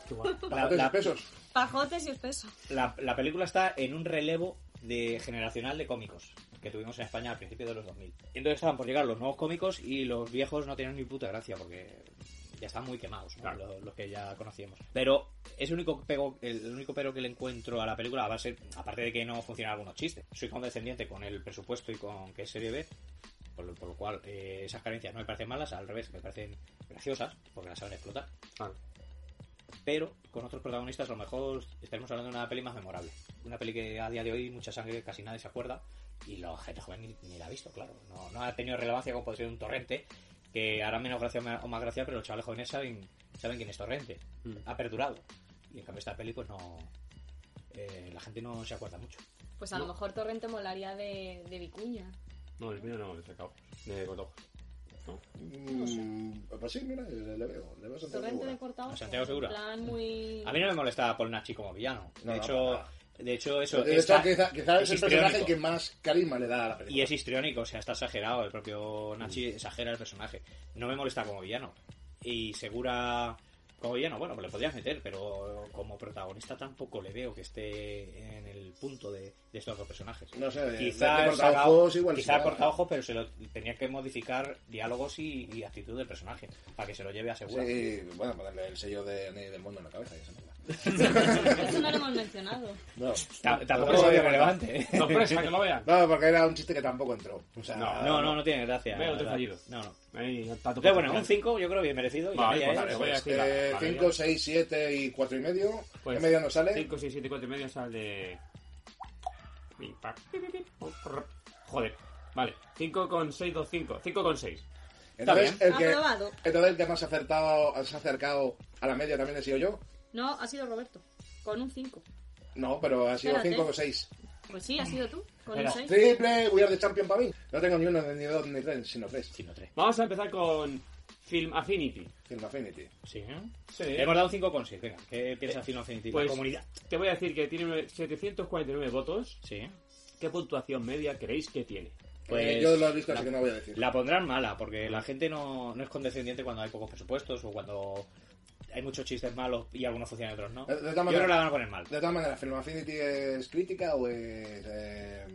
S7: Qué guay.
S8: la-
S6: Pajotes
S8: la-
S6: espesos.
S9: Pajotes y Espeso.
S8: la, la película está en un relevo de generacional de cómicos que tuvimos en España al principio de los 2000. Entonces estaban por llegar los nuevos cómicos y los viejos no tenían ni puta gracia porque ya están muy quemados, ¿no?
S7: Claro.
S8: los, los que ya conocíamos. Pero es el único, pego, el único pero que le encuentro a la película, va a ser, aparte de que no funcionan algunos chistes. Soy condescendiente con el presupuesto y con que es serie B, por lo, por lo cual eh, esas carencias no me parecen malas, al revés, me parecen graciosas porque las saben explotar
S7: Ah,
S8: pero con otros protagonistas a lo mejor estaremos hablando de una peli más memorable. Una peli que a día de hoy mucha sangre casi nadie se acuerda y la gente joven ni, ni la ha visto, claro. No, no ha tenido relevancia como puede ser un torrente, que hará menos gracia o ma- o más gracia, pero los chavales jóvenes saben, saben quién es torrente.
S6: Hmm.
S7: Mm.
S8: Ha perdurado. Y en cambio esta peli pues no... eh, la gente no se acuerda mucho.
S9: Pues a lo mejor Torrente molaría de, de Vicuña.
S7: No, el mío no, el de Cacao. De Cotojo.
S6: Mm, Pues sí, mira, le veo. Le veo Santiago
S9: Torrente de
S6: Segura.
S9: Cortaos.
S8: Santiago Segura.
S9: plan muy...
S8: A mí no me molestaba Paul Nachi como villano.
S6: No,
S8: de,
S6: no,
S8: hecho,
S6: para nada.
S8: de hecho, eso...
S6: De
S8: está-
S6: hecho, quizás es el personaje
S8: histriónico.
S6: que más carisma le da a la película.
S8: Y es histriónico, o sea, está exagerado. El propio Nachi
S6: Mm.
S8: exagera el personaje. No me molesta como villano. Y segura como villano, bueno, pues le podrías meter, pero como protagonista tampoco le veo que esté en el punto de, de estos dos personajes.
S6: No sé,
S8: quizá
S6: de cortaojos igual sí,
S8: quizá
S6: ¿no?
S8: cortaojos, pero se lo tenía que modificar diálogos y, y actitud del personaje para que se lo lleve a segura.
S6: Sí, bueno, ponerle el sello de Annie del Mundo en la cabeza y esa mierda.
S9: Eso no lo hemos mencionado.
S6: No.
S8: Ta- Tampoco
S6: No, no,
S8: es algo
S6: no.
S8: relevante.
S7: Sorpresa, que lo vean.
S6: No, porque era un chiste que tampoco entró. O sea,
S7: No,
S8: No, no, no tiene gracia.
S7: Veo
S8: la
S7: otro
S8: verdad.
S7: fallido.
S8: No, no.
S7: Ahí, está tu
S8: Pero bueno, un
S7: patrón.
S8: 5 yo creo bien merecido. y la
S7: Vale,
S8: media
S7: pues
S8: es-
S7: vale, voy a-
S6: Este,
S7: Vale,
S6: 5,
S7: yo-
S6: 6, 7 y 4 y medio.
S7: Pues,
S6: ¿Qué media nos sale?
S7: 5, 6, 7, 4 y medio sale. Pim, pam, pim, pim, pim, pum, prr. Joder. Vale, 5 con 6, 2, 5. 5 con 6.
S6: Entonces,
S8: bien.
S9: Ah,
S6: el que,
S9: Aprobado.
S6: entonces el que más acertado, has acercado a la media también he sido yo.
S9: No, ha sido Roberto. Con un 5.
S6: No, pero ha sido
S9: Espérate.
S6: 5 o 6.
S9: Pues sí, ha sido tú. Con
S7: Espera.
S9: un 6.
S6: Triple, we are the champion para mí. No tengo ni uno, ni dos, ni tres, sino tres.
S8: Sí, no, tres.
S7: Vamos a empezar con Film Affinity.
S6: Film Affinity.
S8: Sí, ¿no?
S7: Sí.
S8: Hemos dado un 5 con 6. Venga, ¿qué
S6: Eh,
S8: piensa Final Fantasy?
S7: Pues-
S8: La comunidad.
S7: Te voy a decir que tiene 749 votos.
S8: Sí.
S7: ¿Qué puntuación media creéis que tiene?
S8: Pues-
S6: Eh, yo lo he visto,
S8: la-
S6: así que no voy a decir.
S8: La pondrán mala, porque la gente no, no es condescendiente cuando hay pocos presupuestos o cuando hay muchos chistes malos y algunos funcionan y otros no.
S6: De- de todas
S8: Yo
S6: maneras-
S8: creo que la van a poner mal.
S6: De todas maneras, Film Affinity es crítica o es eh,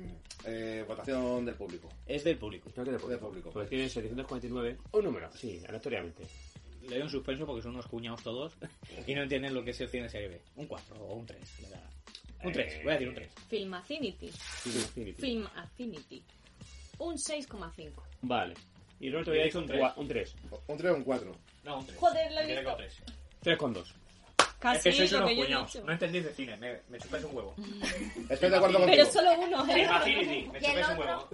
S6: eh, votación del público.
S8: Es del público.
S7: Creo que de
S6: público. público.
S7: Pues tiene 749. Un número, sí, aleatoriamente.
S8: Le doy un suspenso porque son unos cuñados todos y no entienden lo que es el cine serie B. Un 4 o un 3. le da. Un 3, voy a decir un 3.
S9: Film Affinity.
S7: Film Affinity.
S9: Film Affinity. Un 6,5.
S7: Vale. Y Roberto había
S8: Yo
S7: dicho un
S8: digo un
S7: 3. Un 3.
S6: Un 3 o un 4.
S8: No, un 3.
S9: Joder, lo he visto.
S8: 3.
S7: 3 con 2.
S9: Casi
S8: Es que sois
S9: lo
S8: unos
S9: que yo he
S8: cuñados.
S9: dicho.
S8: No entendéis de cine, me, me chupáis un huevo.
S6: Estoy de acuerdo contigo.
S9: Pero solo uno, ¿eh?
S8: Imagínate, me
S10: Y el
S8: chupáis un
S10: otro.
S8: huevo.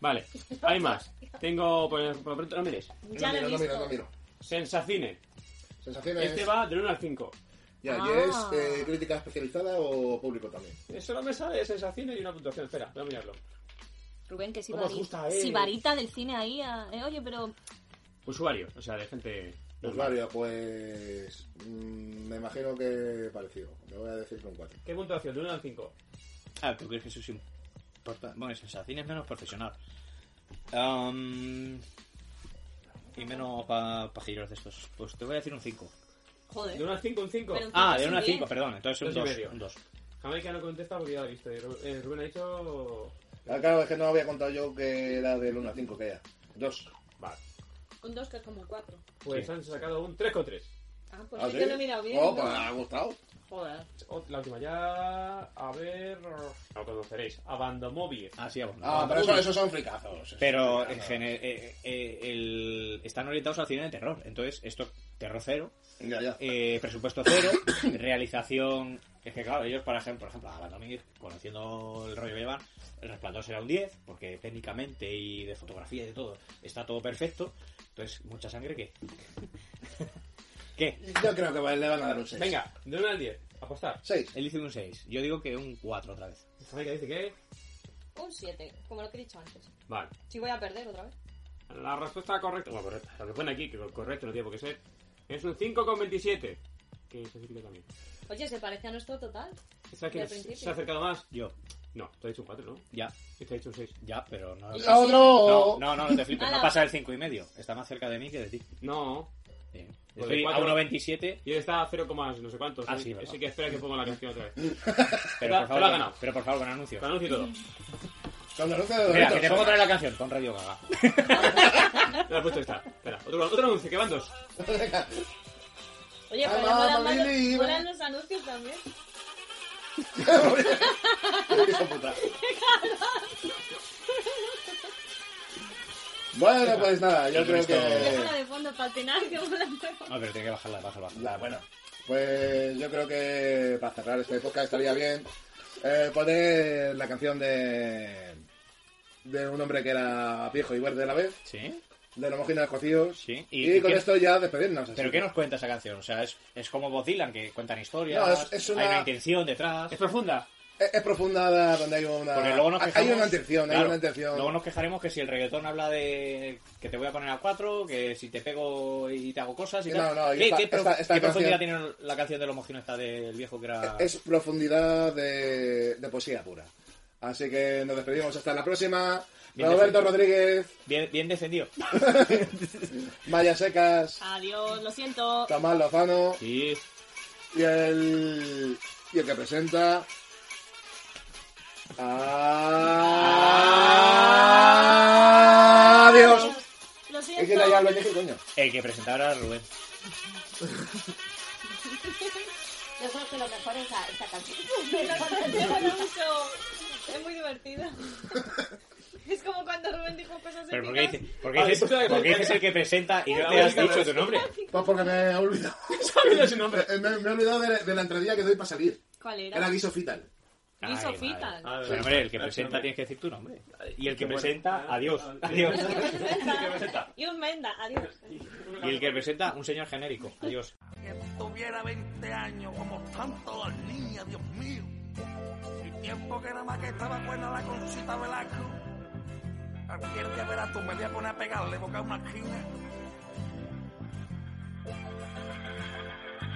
S7: Vale. Hay más. Tengo, por por pronto, no mires.
S9: Ya
S6: no
S9: lo he
S6: miro, no
S9: visto.
S6: miro, no miro.
S7: Sensacine.
S6: Sensaciones.
S7: Este va del 1 al 5.
S6: Ya,
S9: Ah.
S6: ¿Y es eh, crítica especializada o público también?
S7: Solo me sale Sensacine y una puntuación. Espera, voy a mirarlo.
S9: Rubén, que si
S7: ¿Cómo os gusta, eh?
S9: varita del cine ahí. a- eh, oye, pero.
S7: Usuario, o sea, de gente. normal.
S6: Usuario, pues. mm, me imagino que parecido. Yo voy a decir que un 4.
S7: ¿Qué puntuación? De 1 al 5.
S8: Ah, ¿tú crees que eso es importante? Bueno, sensación es menos profesional. Am, y menos para pa giros de estos. Pues te voy a decir un 5.
S7: De
S9: Joder.
S7: 1 al 5, pues un 5.
S9: Pero-
S8: Ah,
S9: Sí,
S8: de 1 a
S9: bien.
S8: 5, perdón. Entonces un
S7: Dos y
S8: 2.
S7: medio.
S8: Un 2.
S7: Jamaica no contesta porque ya la viste. Eh, Rubén ha dicho.
S6: Ah, Claro, es que no había contado yo que era del 1 al 5, que era. 2.
S7: Vale.
S9: Un 2 que es como un 4.
S7: Pues
S8: Sí.
S7: han sacado un 3 con 3.
S9: Ah, pues sí que lo he mirado bien.
S6: Oh,
S9: ¿no?
S6: pues me ha gustado.
S9: Joder.
S7: La última ya. A ver. No conoceréis. Abandomovie.
S8: Ah, sí, vamos.
S6: Ah, pero eso, esos son fricazos.
S8: Pero en gene- eh, eh, el- están orientados al cine de terror. Entonces, esto es terror cero,
S6: Ya, ya.
S8: eh, presupuesto cero, realización. Es que, claro, ellos, por ejemplo, por ejemplo a Bandomir, conociendo el rollo que llevan, el resplandor será un 10, porque técnicamente y de fotografía y de todo está todo perfecto. Entonces, mucha sangre, ¿qué? ¿Qué?
S6: Yo creo que le van a dar un 6.
S7: Venga, de 1 al 10. Apostar.
S6: 6.
S8: Él dice un 6, yo digo que un 4 otra vez.
S7: Jamaica dice que.
S9: Un 7, como lo que he dicho antes.
S7: Vale.
S9: Si voy a perder otra vez.
S7: La respuesta correcta. Bueno, correcta. Lo que pone aquí, que correcto no tiene por qué ser. Es un 5 con 27. Que específico también.
S9: Oye, se parece a nuestro total.
S7: ¿Sabes
S9: Del
S7: quién se-
S9: principio.
S7: se ha acercado más?
S8: Yo,
S7: No, te ha dicho un 4, ¿no?
S8: ya,
S7: Y te ha dicho un 6.
S8: ya, pero no.
S9: Y-
S8: No,
S6: ¡Otro!
S8: no, no, no te flipes, no
S9: Ala.
S8: pasa el 5 y medio. Está más cerca de mí que de ti.
S7: No.
S8: Bien.
S7: Pues
S8: Estoy
S7: de
S8: a
S7: cuatro-
S8: 1.27,
S7: Y él está a 0, coma no sé cuántos.
S8: Ah,
S7: ¿eh?
S8: sí, verdad.
S7: Así que espera que ponga la canción otra vez.
S8: pero por
S7: Te lo ha
S8: favor,
S7: ganado.
S8: pero por favor, con anuncios.
S7: Con anuncio y todo.
S6: Con los luces de
S8: Mira, que
S6: Doritos.
S8: te pongo otra vez la canción con Radio Gaga.
S7: No, he puesto esta. Espera, otro, otro anuncio, que van dos.
S9: Oye,
S6: Ah,
S9: pero
S6: mamá,
S9: molan más-
S6: Lili,
S9: molan
S6: va.
S9: los anuncios también.
S6: Hijo puta. Bueno, pues nada, yo
S8: El
S6: creo
S8: resto-
S9: Déjala
S6: que.
S9: de fondo para el final, que molan mejor.
S8: No, pero tiene que bajarla, bajarla, bajarla.
S6: Ya, bueno. Pues yo creo que para cerrar este podcast estaría bien eh, poner la canción de. de un hombre que era viejo y verde a la vez,
S8: ¿Sí?
S6: de los mojinos cocidos.
S8: Sí,
S6: Y,
S8: y-
S6: con
S8: ¿qué-
S6: esto ya despedirnos. así
S8: ¿Pero
S6: que-
S8: qué nos cuenta esa canción? O sea, es, es como Bob Dylan, que cuentan historias,
S6: No, es- es una-
S8: hay una intención detrás...
S7: Es profunda.
S6: Es, es profunda, donde hay una.
S8: Porque luego nos quejamos...
S6: Hay una intención, hay
S8: claro,
S6: una intención.
S8: Luego nos quejaremos que si el reggaetón habla de que te voy a poner a cuatro, que si te pego y te hago cosas y
S6: No,
S8: tal.
S6: no, y
S8: ¿Qué,
S6: esta-
S8: qué pro-
S6: esta- esta
S8: qué profundidad
S6: canción-
S8: tiene la canción de los mojinos esta del viejo que era...?
S6: Es profundidad de, de poesía pura. Así que nos despedimos hasta la próxima.
S8: Bien
S6: Roberto
S8: defendido.
S6: Rodríguez,
S8: Bien, bien defendido.
S6: Maya Secas,
S7: Ah.
S9: Adiós, lo siento.
S6: Tomás Lozano
S7: Sí.
S6: y el, y el que presenta.
S7: Ah.
S6: Adiós.
S9: Lo
S6: Es que ya
S9: siento.
S6: lo dije, coño.
S8: El que presentaba era Rubén.
S10: Yo creo que lo mejor es la- esta canción.
S9: Lleva mucho. Es muy divertido. Es como cuando Rubén dijo cosas
S8: Pero ¿por qué dices
S9: épicas.
S8: por qué dices- por qué dices Ah, el que Ah, presenta y no te has dicho tu nombre?
S6: Pues porque me he olvidado.
S7: olvidado su nombre.
S6: Eh, Me, me he olvidado de, la- de la entradilla que doy para salir.
S9: ¿Cuál era?
S6: Era guiso fital.
S9: Y
S8: Ay,
S9: Sofita.
S8: vale. Pero, hombre, el que presenta tienes que decir tu nombre. Y el que Ah, presenta, adiós. Adiós.
S9: Y un Menda, adiós.
S8: Y el que presenta, un señor genérico. Adiós.
S5: tuviera 20 años como tanto las niñas, Dios mío. El tiempo que nada más que estaba buena la concita Velasco. Cualquier día verás tú, me voy a poner a pegarle boca a una esquina.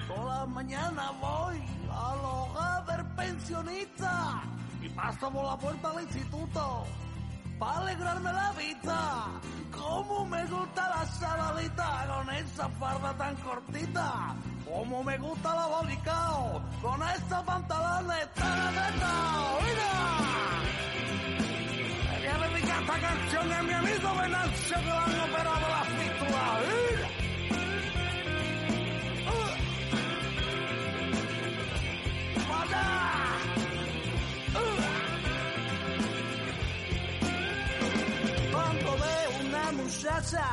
S5: Todas las mañanas voy a los hogar pensionista y paso por la puerta del instituto para alegrarme la vista. Cómo me gusta la saladita con esa farda tan cortita. Cómo me gusta la bolicao con esa pantalones tan apretados. ¡Mira! Le voy a dedicar esta canción a mi amigo Venancio que lo han operado la fístula. ¡Mira! ¡Uh! ¡Para! ¡Uh! Cuando veo una muchacha,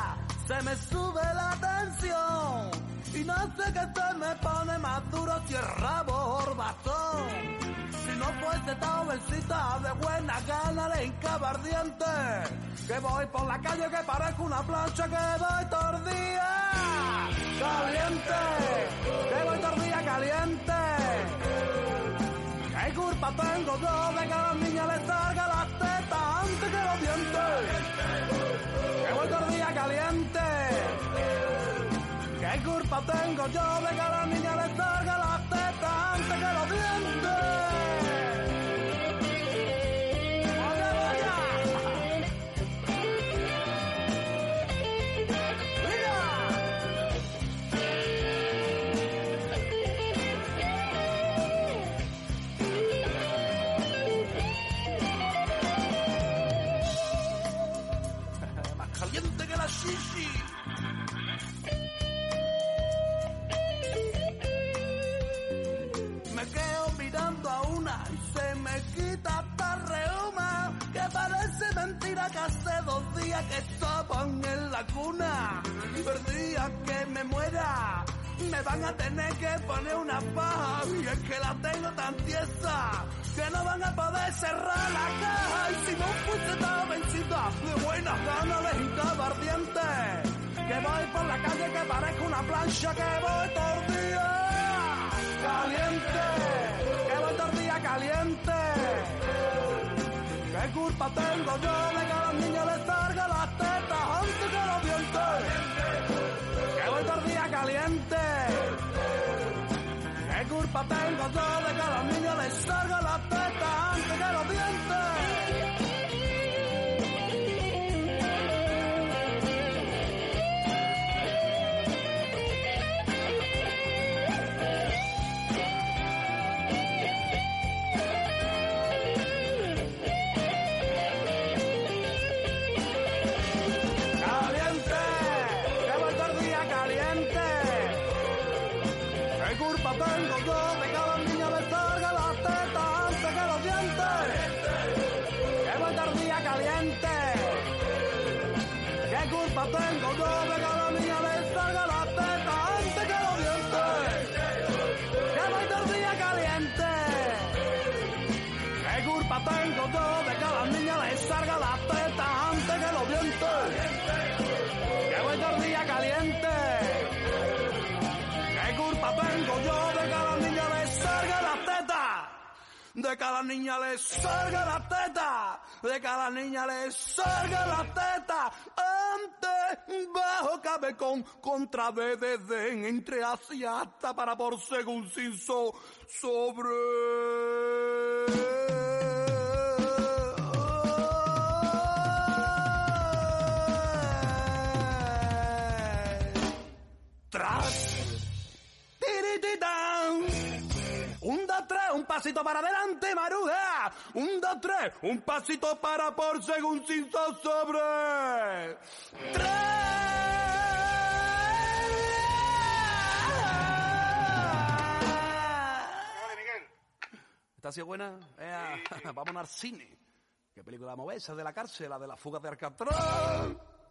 S5: se me sube la tensión. Y no sé qué se me pone más duro que el rabo o el bastón. Si no fuese tan jovencita, de buena gana le hincaba ardiente. Que voy por la calle que parezco una plancha que voy tordía. Caliente, que voy tordía caliente. ¿Qué culpa tengo yo de que a las niñas les salga la teta antes que los dientes? ¡Que voy todo el día caliente! ¿Qué culpa tengo yo de que a las niñas les salga la teta antes que los dientes? ¡Vaya, vaya! ¡Mira! más caliente que la shishi. Me quedo mirando a una y se me quita esta reuma que parece mentira que hace dos días que estaban en la cuna. Perdía que me muera. Me van a tener que poner una paja y es que la tengo tan tiesa que no van a poder cerrar la caja y si no fuese tan vencida de buenas ganas les hincaba ardiente que voy por la calle que parezco una plancha que voy tordía caliente que voy tordía caliente qué culpa tengo yo de que a los niños les salga las tetas antes que los dientes que voy tordía caliente ¿Qué culpa tengo yo de que a los niños les salga la teta antes que los dientes? ¡Caliente! ¡Que voy todo el día caliente! ¿Qué culpa tengo yo de que a los niños les salga la teta antes que los dientes? ¡Que voy todo el día caliente! ¿Qué culpa tengo yo de que a los niños les salga la teta antes que los dientes? ¡Que voy todo el día caliente! ¿Qué culpa tengo yo de que a las niñas les salga la teta antes que los dientes? ¡Que voy todo el día caliente! ¿Qué culpa tengo yo de que a las niñas les salga la teta? De que a las niñas les salga la teta, de que a las niñas les salga la teta, antes, bajo cabecón, contra B, desdén, entre hacia hasta para por según sin so, sobre. Tras. Tirititán. Un, dos, tres, un pasito para adelante, maruja. Un, dos, tres, un pasito para por según sin so- sobre. Tres. ¿Esta ha sido buena? Ea, Vamos al cine. ¿Qué película movesa de la cárcel? La de la fuga de Alcatraz.